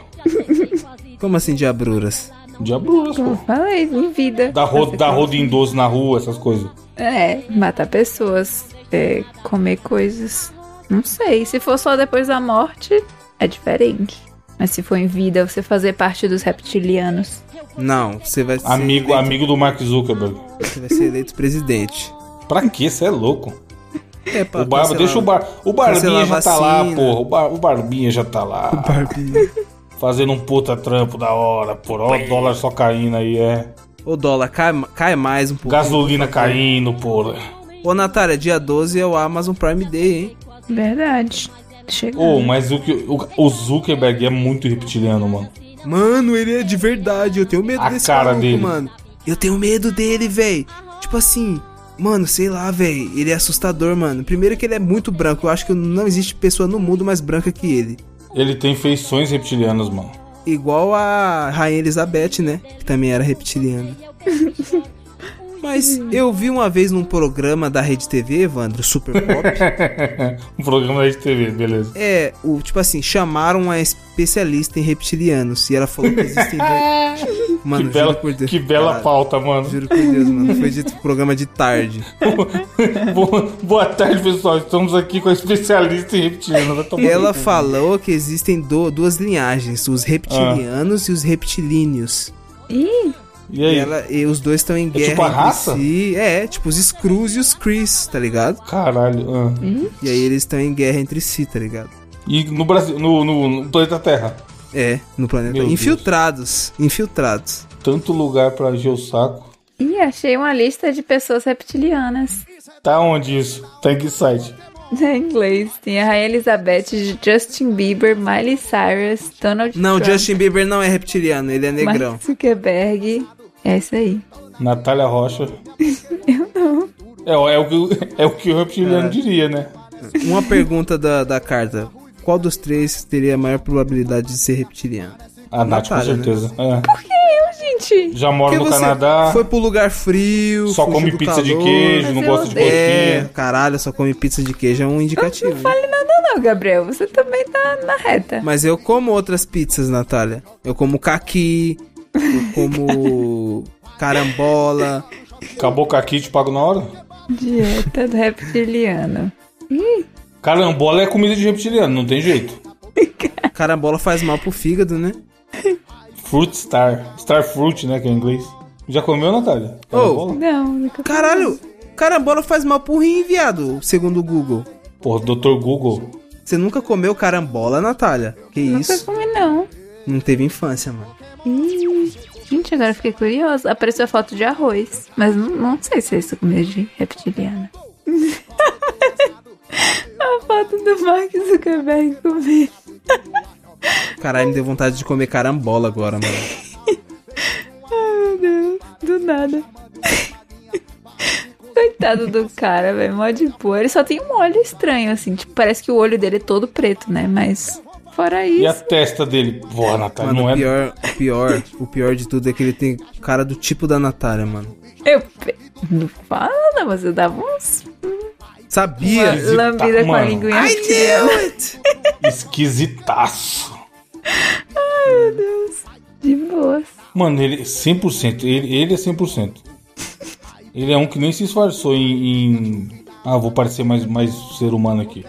Speaker 3: como assim diabruras?
Speaker 1: Diabruras, pô.
Speaker 2: Falei, em vida.
Speaker 1: Dar rodo, dar rodo em idoso na rua, essas coisas.
Speaker 2: É, matar pessoas. É, comer coisas. Não sei. Se for só depois da morte, é diferente. Mas se for em vida, você fazer parte dos reptilianos.
Speaker 3: Não, você vai ser
Speaker 1: Amigo,
Speaker 3: eleito,
Speaker 1: amigo do Mark Zuckerberg.
Speaker 3: Você vai ser eleito presidente.
Speaker 1: Pra quê? Você é louco.
Speaker 3: É pra
Speaker 1: O barba,
Speaker 3: cancelar-
Speaker 1: deixa o bar. O
Speaker 3: cancelar
Speaker 1: Barbinha
Speaker 3: a
Speaker 1: já tá lá,
Speaker 3: vacina.
Speaker 1: porra. O, Bar- o Barbinha já tá lá.
Speaker 3: Barbie.
Speaker 1: Fazendo um puta trampo da hora, por Ó, o dólar só caindo aí, é.
Speaker 3: O dólar cai, cai mais um pouco.
Speaker 1: Gasolina caindo, porra.
Speaker 3: Ô Natália, dia 12 é o Amazon Prime Day, hein?
Speaker 2: Verdade. Chegou.
Speaker 3: Uhum.
Speaker 1: Ô, mas o, que- o, o Zuckerberg é muito reptiliano, mano.
Speaker 3: Mano, ele é de verdade. Eu tenho medo
Speaker 1: A
Speaker 3: desse
Speaker 1: cara
Speaker 3: maluco,
Speaker 1: dele.
Speaker 3: mano. Eu tenho medo dele, véi. Tipo assim, mano, sei lá, véi. Ele é assustador, mano. Primeiro que ele é muito branco. Eu acho que não existe pessoa no mundo mais branca que ele.
Speaker 1: Ele tem feições reptilianas, mano.
Speaker 3: Igual a Rainha Elizabeth, né? Que também era reptiliana. Mas eu vi uma vez num programa da Rede TV, Evandro, Super Pop.
Speaker 1: um programa da TV, beleza.
Speaker 3: é, o, tipo assim, chamaram uma especialista em reptilianos. E ela falou que existem. dois-
Speaker 1: Que
Speaker 3: Mano,
Speaker 1: bela,
Speaker 3: juro por Deus.
Speaker 1: que bela
Speaker 3: Caralho.
Speaker 1: pauta, mano.
Speaker 3: Juro por Deus, mano. Foi dito programa de tarde.
Speaker 1: Boa, boa tarde, pessoal. Estamos aqui com a especialista em reptiliano. Vai tomar
Speaker 3: Ela
Speaker 1: no cu.
Speaker 3: falou que existem do- duas linhagens, os reptilianos e os reptilíneos.
Speaker 2: Ih,
Speaker 1: E
Speaker 3: E,
Speaker 1: aí?
Speaker 3: ela- e os dois estão em guerra
Speaker 1: tipo a
Speaker 3: entre
Speaker 1: raça?
Speaker 3: si. É, tipo os Screws e os Chris, tá ligado?
Speaker 1: Caralho. ah.
Speaker 3: E aí eles estão em guerra entre si, tá ligado?
Speaker 1: E no Brasil, no, no- no planeta Terra?
Speaker 3: É, no planeta.
Speaker 1: Meu Deus.
Speaker 3: infiltrados, infiltrados.
Speaker 1: Tanto lugar pra encher o saco.
Speaker 2: ih, achei uma lista de pessoas reptilianas.
Speaker 1: Tá onde isso? Tá em que site?
Speaker 2: Em inglês, tem a Rainha Elizabeth, Justin Bieber, Miley Cyrus, Donald
Speaker 3: Não,
Speaker 2: Trump,
Speaker 3: Justin Bieber não é reptiliano, ele é negrão.
Speaker 2: Mark Zuckerberg. É isso aí.
Speaker 1: Natália Rocha. Eu não. É, é o que, é o que o reptiliano diria, né?
Speaker 3: Uma pergunta da, da carta. Qual dos três teria a maior probabilidade de ser reptiliano?
Speaker 1: A Nath, com
Speaker 3: Natália, né?
Speaker 1: certeza. É.
Speaker 2: Gente,
Speaker 1: Já mora
Speaker 3: Porque
Speaker 1: no
Speaker 3: você
Speaker 1: Canadá,
Speaker 3: foi pro lugar frio,
Speaker 1: só
Speaker 3: fugiu
Speaker 1: come
Speaker 3: do
Speaker 1: pizza de
Speaker 3: calor.
Speaker 1: queijo, não
Speaker 2: Mas
Speaker 1: gosta
Speaker 2: eu
Speaker 1: de
Speaker 2: odeio.
Speaker 3: É,
Speaker 1: coxinha.
Speaker 3: caralho, só come pizza de queijo é um indicativo. né?
Speaker 2: não, Gabriel, você também tá na reta.
Speaker 3: Mas eu como outras pizzas, Natália. Eu como caqui, eu como carambola.
Speaker 1: Acabou com aqui, te pago na hora.
Speaker 2: Dieta do reptiliano.
Speaker 1: Carambola é comida de reptiliano, não tem jeito.
Speaker 3: Carambola faz mal pro fígado, né?
Speaker 1: Fruit Star. Star Fruit, né, que é em inglês. Já comeu, Natália?
Speaker 3: Oh.
Speaker 1: Carambola?
Speaker 2: Não, nunca
Speaker 3: Caralho, carambola faz mal pro rim, viado, segundo o Google.
Speaker 1: Porra, Dr. Google.
Speaker 3: Você nunca comeu carambola, Natália? Que
Speaker 2: Nunca
Speaker 3: isso?
Speaker 2: comi, não.
Speaker 3: Não teve infância, mano.
Speaker 2: Ih, Gente, agora eu fiquei curiosa. Apareceu a foto de arroz, mas não, não sei se é isso comida de reptiliana. a foto do Mark Zuckerberg comigo.
Speaker 3: Caralho, me deu vontade de comer carambola agora, mano.
Speaker 2: Ai, meu Deus, do nada. Coitado do cara, velho, mó de boa. Ele só tem um olho estranho, assim. Tipo, parece que o olho dele é todo preto, né? Mas, fora
Speaker 1: E a
Speaker 2: isso.
Speaker 1: testa dele? Porra, Natália,
Speaker 3: Mano,
Speaker 1: não
Speaker 3: o
Speaker 1: é.
Speaker 3: pior, o pior, o pior de tudo é que ele tem cara do tipo da Natália, mano.
Speaker 2: Eu. pe- Não fala, não, mas eu dava uns.
Speaker 3: Sabia?
Speaker 1: Mas- é- Esquisita,
Speaker 2: lambida com a
Speaker 1: mano.
Speaker 2: linguinha assim, reptiliana.
Speaker 1: Esquisitaço.
Speaker 2: De boas.
Speaker 1: Mano, ele é 100%. Ele, ele é 100%. Ele é um que nem se esforçou em. em- Ah, vou parecer mais, mais ser humano aqui.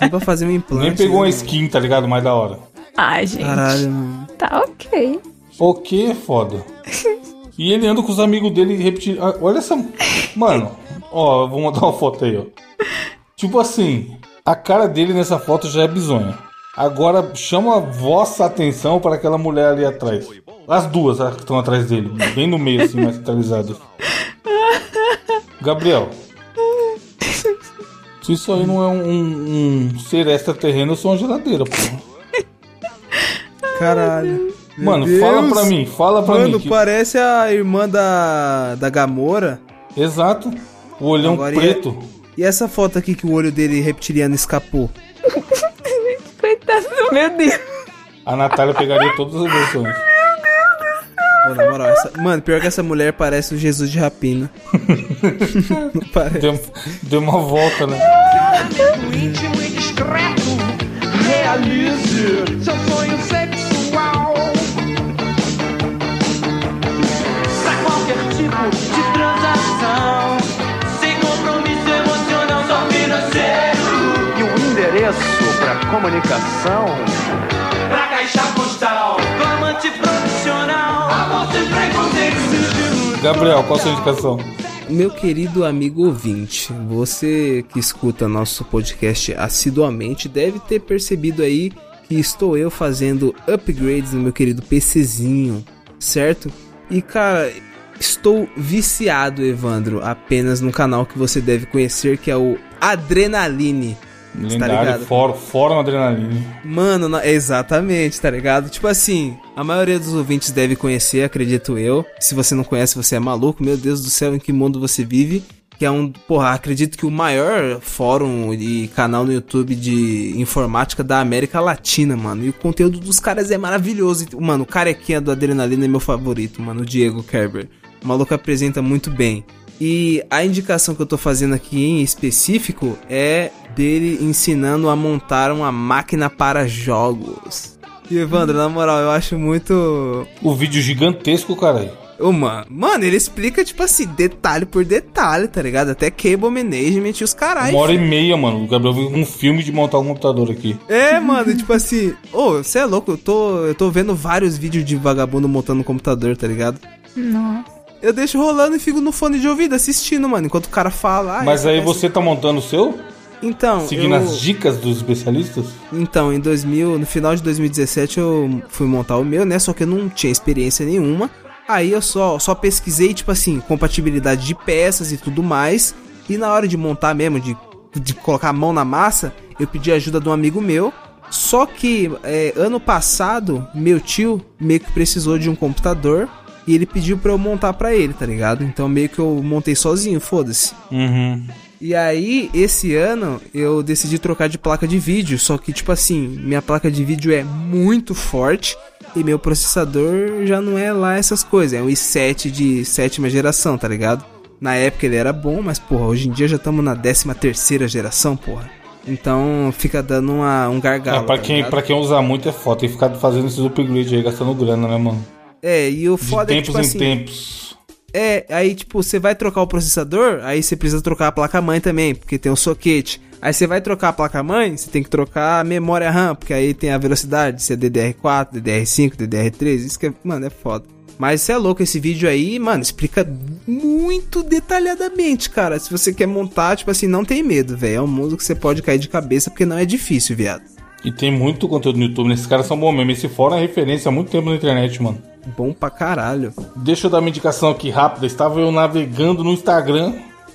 Speaker 3: Nem pra fazer um implante.
Speaker 1: Nem pegou uma
Speaker 3: né?
Speaker 1: skin, tá ligado? Mais da hora.
Speaker 2: Ai, Ah, gente.
Speaker 3: Caralho, mano.
Speaker 2: Tá ok.
Speaker 1: O que é foda? E ele anda com os amigos dele repetindo. Ah, Olha essa. Mano, ó, eu vou mandar uma foto aí, ó. Tipo assim, a cara dele nessa foto já é bizonha. Agora chama a vossa atenção para aquela mulher ali atrás. As duas ah, que estão atrás dele, bem no meio, assim, mais centralizadas. Gabriel, se isso aí não é um, um- um ser extraterreno, eu sou uma geladeira, pô.
Speaker 3: Caralho. Meu
Speaker 1: Mano, fala
Speaker 3: Deus.
Speaker 1: pra mim, fala pra
Speaker 3: Mano,
Speaker 1: mim. que-
Speaker 3: parece a irmã da, da Gamora.
Speaker 1: Exato. O olhão
Speaker 3: Agora é- ia-
Speaker 1: preto.
Speaker 3: E essa foto aqui que o olho dele reptiliano escapou?
Speaker 2: Coitado do meu Deus.
Speaker 1: A Natália pegaria todas as versões.
Speaker 3: Pô, na moral, essa... Mano, pior que essa mulher parece o Jesus de Rapina. Não parece.
Speaker 1: Deu, deu uma volta, né?
Speaker 5: Íntimo e discreto, realize seu sonho sexual. Pra qualquer tipo de transação, sem compromisso emocional, só financeiro. E o endereço para comunicação? Pra caixa postal, do amante profissional, a você preconceito.
Speaker 1: Gabriel, qual a sua indicação?
Speaker 3: Meu querido amigo ouvinte, você que escuta nosso podcast assiduamente deve ter percebido aí que estou eu fazendo upgrades no meu querido PCzinho, certo? E cara, estou viciado, Evandro, apenas no canal que você deve conhecer que é o Adrenaline. Tá
Speaker 1: Lendário,
Speaker 3: ligado?
Speaker 1: fora, fora uma adrenalina.
Speaker 3: Mano, na- exatamente, tá ligado? Tipo assim, a maioria dos ouvintes deve conhecer, acredito eu. Se você não conhece, você é maluco. Meu Deus do céu, em que mundo você vive? Que é um, porra, acredito que o maior fórum e canal no YouTube de informática da América Latina, mano. E o conteúdo dos caras é maravilhoso. E, Mano, o carequinha do Adrenalina é meu favorito, mano, o Diego Kerber. O maluco apresenta muito bem. E a indicação que eu tô fazendo aqui em específico é dele ensinando a montar uma máquina para jogos. E Evandro, na moral, eu acho muito.
Speaker 1: O vídeo gigantesco, caralho.
Speaker 3: Ô, mano. Mano, ele explica, tipo assim, detalhe por detalhe, tá ligado? Até cable management e os carais.
Speaker 1: Uma hora e meia, mano. O Gabriel veio com um filme de montar um computador aqui.
Speaker 3: É, mano, e tipo assim, ô, você é louco, eu tô, eu tô vendo vários vídeos de vagabundo montando no computador, tá ligado?
Speaker 2: Nossa.
Speaker 3: Eu deixo rolando e fico no fone de ouvido assistindo, mano, enquanto o cara fala. ah,
Speaker 1: Mas
Speaker 3: isso
Speaker 1: aí
Speaker 3: parece-
Speaker 1: você tá montando o seu?
Speaker 3: Então,
Speaker 1: Seguindo
Speaker 3: eu...
Speaker 1: as dicas dos especialistas?
Speaker 3: Então, em 2000, no final de 2017 eu fui montar o meu, né? Só que eu não tinha experiência nenhuma. Aí eu só, só pesquisei, tipo assim, compatibilidade de peças e tudo mais. E na hora de montar mesmo, de, de colocar a mão na massa, eu pedi a ajuda de um amigo meu. Só que é, ano passado, meu tio meio que precisou de um computador e ele pediu pra eu montar pra ele, tá ligado? Então meio que eu montei sozinho, foda-se.
Speaker 1: Uhum.
Speaker 3: E aí, esse ano, eu decidi trocar de placa de vídeo. Só que, tipo assim, minha placa de vídeo é muito forte. E meu processador já não é lá essas coisas. É um i7 de sétima geração, tá ligado? Na época ele era bom, mas, porra, hoje em dia já estamos na décima terceira geração, porra. Então fica dando uma, um
Speaker 1: É,
Speaker 3: gargalo.
Speaker 1: pra,
Speaker 3: tá
Speaker 1: quem,
Speaker 3: ligado?
Speaker 1: pra quem usar muito é foda. Tem ficado fazendo esses upgrades aí, gastando grana, né, mano?
Speaker 3: É, e o
Speaker 1: De
Speaker 3: foda é que,
Speaker 1: tempos
Speaker 3: tipo
Speaker 1: em
Speaker 3: assim,
Speaker 1: tempos.
Speaker 3: É, aí tipo, você vai trocar o processador, aí você precisa trocar a placa-mãe também, porque tem um soquete. Aí você vai trocar a placa-mãe, você tem que trocar a memória RAM, porque aí tem a velocidade, se é DDR4, DDR5, DDR3, isso que é, mano, é foda. Mas você é louco, esse vídeo aí, mano, explica muito detalhadamente, cara. Se você quer montar, tipo assim, não tem medo, velho. É um mundo que você pode cair de cabeça, porque não é difícil, viado.
Speaker 1: E tem muito conteúdo no YouTube. né? Esses caras são bons mesmo. Esse fórum é referência há muito tempo na internet, mano.
Speaker 3: Bom pra caralho.
Speaker 1: Deixa eu dar uma indicação aqui rápida. Estava eu navegando no Instagram,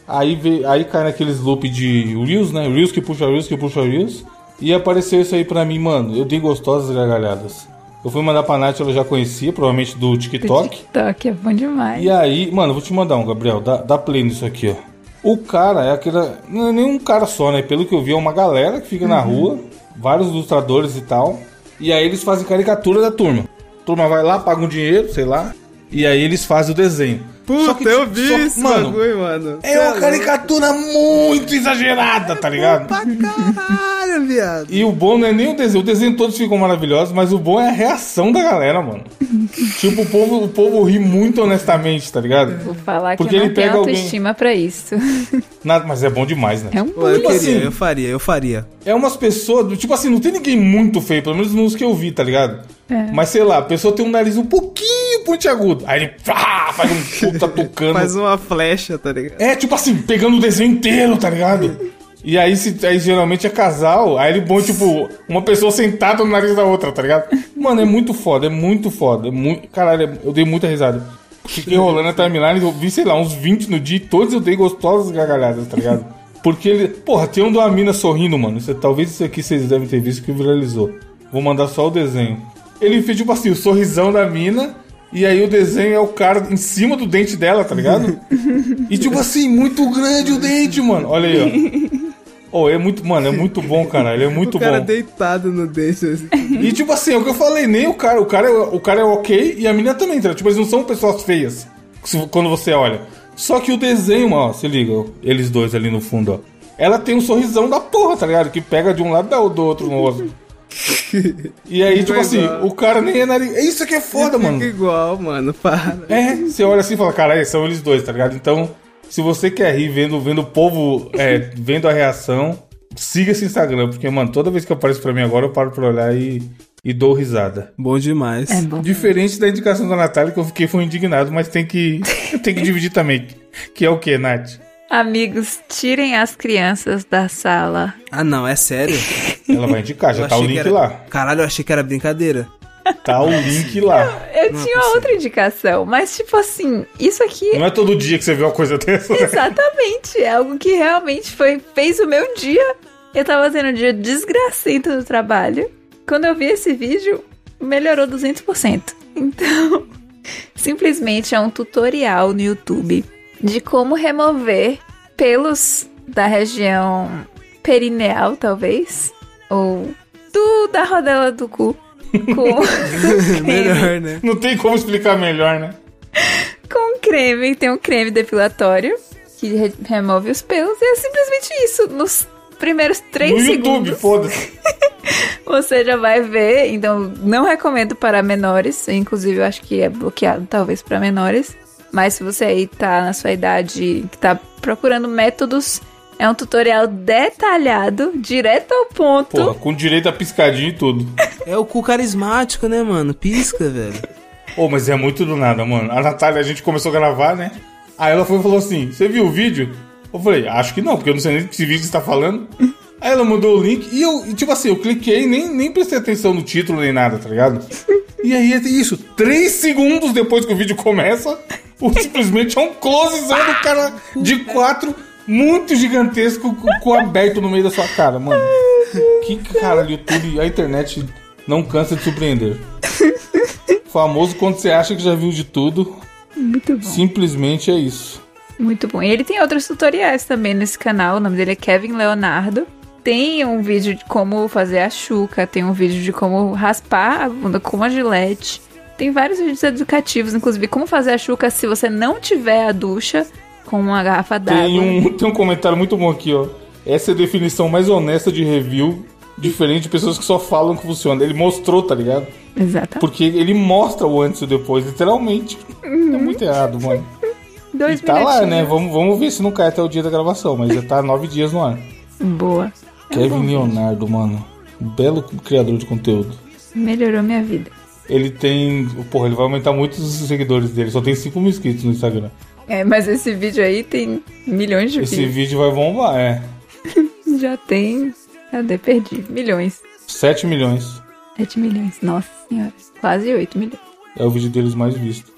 Speaker 1: aí, vê, aí cai naqueles loop de Reels, né? Reels que puxa Reels, que puxa Reels. E apareceu isso aí pra mim, mano. Eu dei gostosas gargalhadas. Eu fui mandar pra Nath, ela já conhecia, provavelmente do TikTok.
Speaker 2: TikTok é bom demais.
Speaker 1: E aí, mano, eu vou te mandar um, Gabriel. Dá, dá play nisso aqui, ó. O cara é aquele. Não é nem um cara só, né? Pelo que eu vi, é uma galera que fica na rua, vários ilustradores e tal. E aí eles fazem caricatura da turma. A turma vai lá, paga um dinheiro, sei lá. E aí eles fazem o desenho. Só que, tipo, só-
Speaker 3: mano.
Speaker 1: É uma caricatura muito exagerada, tá ligado?
Speaker 3: é Pra caralho, viado.
Speaker 1: E o bom não é nem o desenho. O desenho todos ficam maravilhosos, mas o bom é a reação da galera, mano. tipo, o povo, o povo ri muito honestamente, tá ligado?
Speaker 2: Vou falar que
Speaker 1: Porque
Speaker 2: eu
Speaker 1: ele
Speaker 2: não tenho
Speaker 1: pega alguém-
Speaker 2: autoestima pra isso.
Speaker 1: Nada, mas é bom demais, né?
Speaker 2: É um
Speaker 3: Pô, eu
Speaker 1: Tipo
Speaker 3: queria,
Speaker 1: assim.
Speaker 3: eu faria, eu faria.
Speaker 1: É umas pessoas, do- tipo assim, não tem ninguém muito feio, pelo menos nos que eu vi, tá ligado?
Speaker 2: É.
Speaker 1: Mas sei lá, a pessoa tem um nariz um pouquinho pontiagudo. Aí ele pá, faz um puta tocando.
Speaker 3: Faz uma flecha, tá ligado?
Speaker 1: É, tipo assim, pegando o desenho inteiro, tá ligado? E aí, se, aí geralmente é casal, aí ele põe, tipo, uma pessoa sentada no nariz da outra, tá ligado? Mano, é muito foda, é muito foda. É muito... Caralho, é- eu dei muita risada. Fiquei rolando a timeline, eu vi, sei lá, uns 20 no dia e todos eu dei gostosas gargalhadas, tá ligado? Porque ele. Porra, tem um de uma mina sorrindo, mano. Isso- é, talvez isso aqui vocês devem ter visto que viralizou. Vou mandar só o desenho. Ele fez, tipo assim, o sorrisão da mina. E aí o desenho é o cara em cima do dente dela, tá ligado? E tipo assim, muito grande o dente, mano. Olha aí, ó. Oh, é muito, mano, é muito bom, cara. Ele é muito
Speaker 3: o cara
Speaker 1: bom.
Speaker 3: deitado no dente. assim.
Speaker 1: E tipo assim, é o que eu falei, nem o cara, o cara, é- o cara é ok e a menina também, tá? Tipo, eles não são pessoas feias se- quando você olha. Só que o desenho, ó, se liga, ó, eles dois ali no fundo, ó. Ela tem um sorrisão da porra, tá ligado? Que pega de um lado da- do outro no rosto. E aí, tipo assim, o cara nem é nariz. Isso aqui é foda, mano.
Speaker 3: Fica igual, mano, para.
Speaker 1: É, você olha assim e fala, caralho, são eles dois, tá ligado? Então, se você quer rir vendo, vendo o povo, é, vendo a reação, siga esse Instagram, porque, mano, toda vez que aparece pra mim agora, eu paro pra olhar e, e dou risada.
Speaker 3: Bom demais.
Speaker 2: É bom.
Speaker 1: Diferente da indicação da Natália, que eu fiquei foi indignado, mas tem que, tem que dividir também. Que é o quê, Nath?
Speaker 2: Amigos, tirem as crianças da sala.
Speaker 3: Ah, não, é sério?
Speaker 1: Ela vai indicar, já
Speaker 3: Eu
Speaker 1: tá o
Speaker 3: achei que
Speaker 1: link
Speaker 3: era-
Speaker 1: lá.
Speaker 3: Caralho, eu achei que era brincadeira.
Speaker 1: Tá o link lá.
Speaker 2: Eu
Speaker 3: Não é
Speaker 2: tinha
Speaker 3: possível.
Speaker 2: outra indicação, mas tipo assim, isso aqui
Speaker 1: Não é todo dia que você vê uma coisa dessa. né?
Speaker 2: exatamente é algo que realmente foi fez o meu dia. Eu tava tendo um dia desgracento do trabalho. Quando eu vi esse vídeo, melhorou 200%. Então, simplesmente é um tutorial no YouTube de como remover pelos da região perineal, talvez, ou do da rodela do cu com
Speaker 3: Melhor, né?
Speaker 1: Não tem como explicar melhor, né?
Speaker 2: com creme, tem um creme depilatório que re- remove os pelos e é simplesmente isso. Nos primeiros três
Speaker 1: No
Speaker 2: segundos
Speaker 1: YouTube, foda-se.
Speaker 2: você já vai ver. Então não recomendo para menores. Inclusive eu acho que é bloqueado talvez para menores. Mas se você aí tá na sua idade que tá procurando métodos, é um tutorial detalhado, direto ao ponto.
Speaker 1: Porra, com direito a piscadinha e tudo.
Speaker 3: É o cu carismático, né, mano? Pisca, velho.
Speaker 1: Ô, mas é muito do nada, mano. A Natália, a gente começou a gravar, né? Aí ela foi e falou assim: Você viu o vídeo? Eu falei: Acho que não, porque eu não sei nem que vídeo você tá falando. Aí ela mandou o link e eu, e tipo assim, eu cliquei nem nem prestei atenção no título nem nada, tá ligado? E aí é isso, três segundos depois que o vídeo começa, o, simplesmente é um closezão do cara de quatro, muito gigantesco, com, com aberto no meio da sua cara, mano. Que caralho, o YouTube, a internet não cansa de surpreender. Famoso quando você acha que já viu de tudo.
Speaker 2: Muito bom.
Speaker 1: Simplesmente é isso.
Speaker 2: Muito bom. E ele tem outros tutoriais também nesse canal. O nome dele é Kevin Leonardo. Tem um vídeo de como fazer a chuca, tem um vídeo de como raspar a bunda com uma gilete. Tem vários vídeos educativos, inclusive como fazer a chuca se você não tiver a ducha com uma garrafa
Speaker 1: Tem
Speaker 2: d'água.
Speaker 1: um, tem um comentário muito bom aqui, ó. Essa é a definição mais honesta de review, diferente de pessoas que só falam que funciona. Ele mostrou, tá ligado?
Speaker 2: Exato.
Speaker 1: Porque ele mostra o antes e o depois, literalmente. É muito errado, mano. E
Speaker 2: Uhum. Dois
Speaker 1: tá
Speaker 2: minutinhos.
Speaker 1: lá, né? Vamos, vamos ver se não cai até o dia da gravação, mas já tá nove dias no ar.
Speaker 2: Boa.
Speaker 1: né?
Speaker 2: É
Speaker 1: Kevin Leonardo, mano. Belo criador de conteúdo.
Speaker 2: Melhorou minha vida.
Speaker 1: Ele tem. Porra, ele vai aumentar muito os seguidores dele. Só tem 5 mil inscritos no Instagram.
Speaker 2: É, mas esse vídeo aí tem milhões de
Speaker 1: Esse
Speaker 2: vídeos.
Speaker 1: vídeo vai bombar, é.
Speaker 2: Já tem. Cadê? Perdi. Milhões.
Speaker 1: 7 milhões.
Speaker 2: 7 milhões. Nossa senhora. Quase 8 milhões.
Speaker 1: É o vídeo deles mais visto.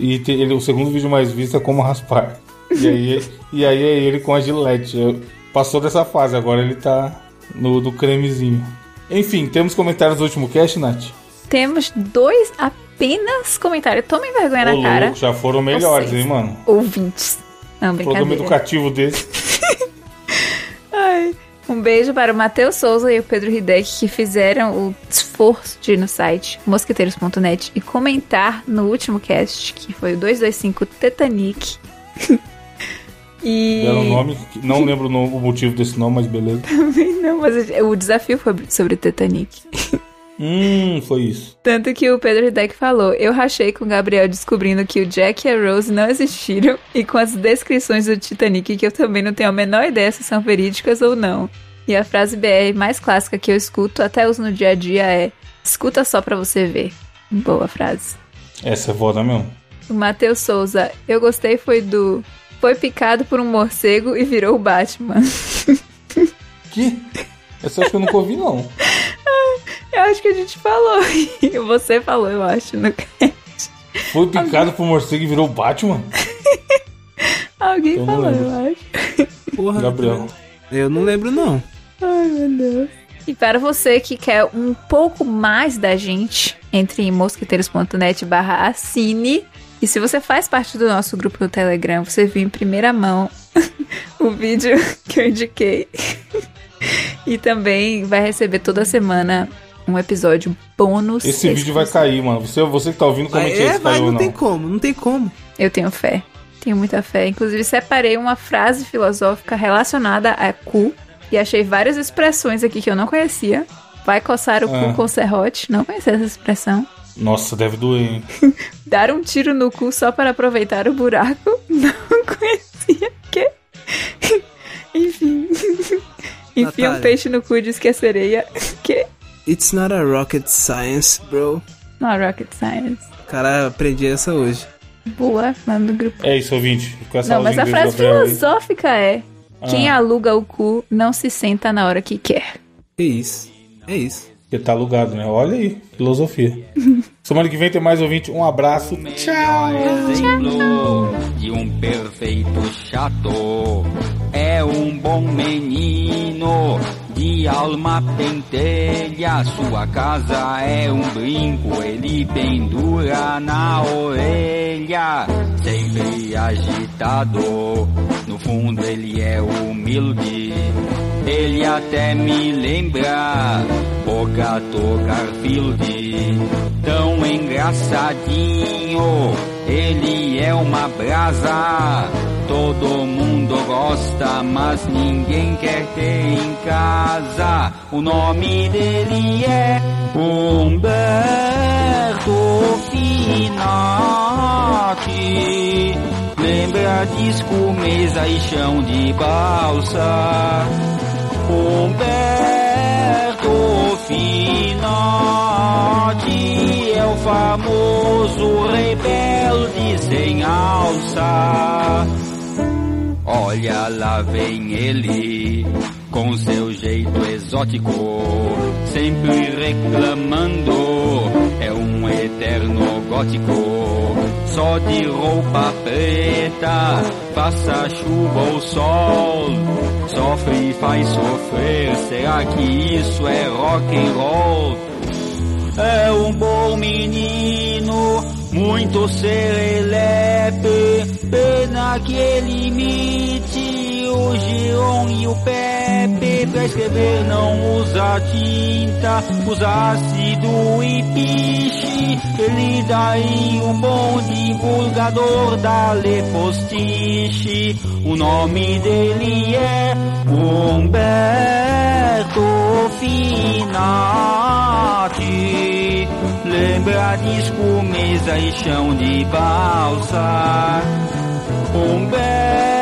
Speaker 1: e tem- ele, o segundo vídeo mais visto é como raspar. E aí, e aí é ele com a gilete. Eu- passou dessa fase, agora ele tá no do cremezinho. Enfim, temos comentários do último cast, Nath?
Speaker 2: Temos dois apenas comentários. Tomem vergonha
Speaker 1: Ô,
Speaker 2: na cara,
Speaker 1: louco, já foram melhores,
Speaker 2: Vocês.
Speaker 1: hein, mano?
Speaker 2: ouvintes. Não,
Speaker 1: Programa
Speaker 2: brincadeira.
Speaker 1: educativo desse.
Speaker 2: Ai. Um beijo para o Matheus Souza e o Pedro Hideck que fizeram o esforço de ir no site mosqueteiros.net e comentar no último cast, que foi o 225 Titanic. e.
Speaker 1: Belo nome. Não lembro o no- o motivo desse nome, mas beleza.
Speaker 2: Não, mas o desafio foi sobre Titanic.
Speaker 1: Hum, foi isso.
Speaker 2: Tanto que o Pedro Hideck falou: Eu rachei com o Gabriel descobrindo que o Jack e a Rose não existiram e com as descrições do Titanic que eu também não tenho a menor ideia se são verídicas ou não. E a frase BR mais clássica que eu escuto, até uso no dia a dia, é: Escuta só pra você ver. Boa frase.
Speaker 1: Essa é foda mesmo.
Speaker 2: O Matheus Souza, eu gostei foi do. Foi picado por um morcego e virou o Batman.
Speaker 1: Que? Essa eu acho que eu nunca ouvi, não.
Speaker 2: Eu acho que a gente falou. Você falou, eu acho. No...
Speaker 1: Foi picado por morcego e virou Batman?
Speaker 2: Alguém
Speaker 1: Eu não
Speaker 2: falou,
Speaker 1: lembro.
Speaker 2: eu acho.
Speaker 3: Porra. né?
Speaker 1: Gabriel.
Speaker 3: Eu não lembro, não.
Speaker 2: Ai, meu Deus. E para você que quer um pouco mais da gente, entre em mosqueteiros.net barra assine. E se você faz parte do nosso grupo no Telegram, você viu em primeira mão o vídeo que eu indiquei. E também vai receber toda semana um episódio bônus.
Speaker 1: Esse vídeo vai
Speaker 2: exclusivo.
Speaker 1: cair, mano. Você, você que tá ouvindo, comente aí
Speaker 3: é,
Speaker 1: se
Speaker 3: vai,
Speaker 1: caiu ou
Speaker 3: não
Speaker 1: não.
Speaker 3: tem como, não tem como.
Speaker 2: Eu tenho fé. Tenho muita fé. Inclusive, separei uma frase filosófica relacionada a cu e achei várias expressões aqui que eu não conhecia. Vai coçar o
Speaker 1: Ah.
Speaker 2: cu com serrote. Não conhecia essa expressão.
Speaker 1: Nossa, deve doer, hein?
Speaker 2: Dar um tiro no cu só para aproveitar o buraco. Não conhecia. Que? Enfim. Enfia um
Speaker 3: Natália.
Speaker 2: peixe no cu e diz que é sereia. Que?
Speaker 3: It's not a rocket science, bro.
Speaker 2: Não, é rocket science.
Speaker 3: Cara, aprendi essa hoje.
Speaker 2: Boa, lá no grupo.
Speaker 1: É isso, ouvinte. Com essa
Speaker 2: Não, mas a
Speaker 1: aula de inglês
Speaker 2: frase
Speaker 1: do Gabriel aí. Ah.
Speaker 2: filosófica é: Quem aluga o cu não se senta na hora que quer.
Speaker 3: É isso. É isso.
Speaker 1: Porque tá alugado, né? Olha aí, filosofia. Semana que vem tem mais ouvinte. Um abraço. Tchau.
Speaker 6: exemplo de um perfeito chato. É um bom menino de alma pentelha. Sua casa é um brinco, ele pendura na orelha. Sempre agitado, no fundo ele é humilde. Ele até me lembra o gato Garfield Tão engraçadinho Ele é uma brasa Todo mundo gosta Mas ninguém quer ter em casa O nome dele é Humberto Finati Lembra disco, mesa e chão de balsa Humberto Finotti é o famoso rebelde sem alça. Olha lá vem ele, com seu jeito exótico, sempre reclamando. É um eterno gótico, só de roupa preta, passa chuva ou sol. Sofre e faz sofrer, será que isso é rock and roll? é um bom menino, muito serelepe, pena que ele imite o Giron e o Pepe, pra escrever não usa tinta, usa ácido e piche, ele daí um bom divulgador da lepostiche, o nome dele é Humberto Finati Lembra disco, mesa e chão de balsa Humberto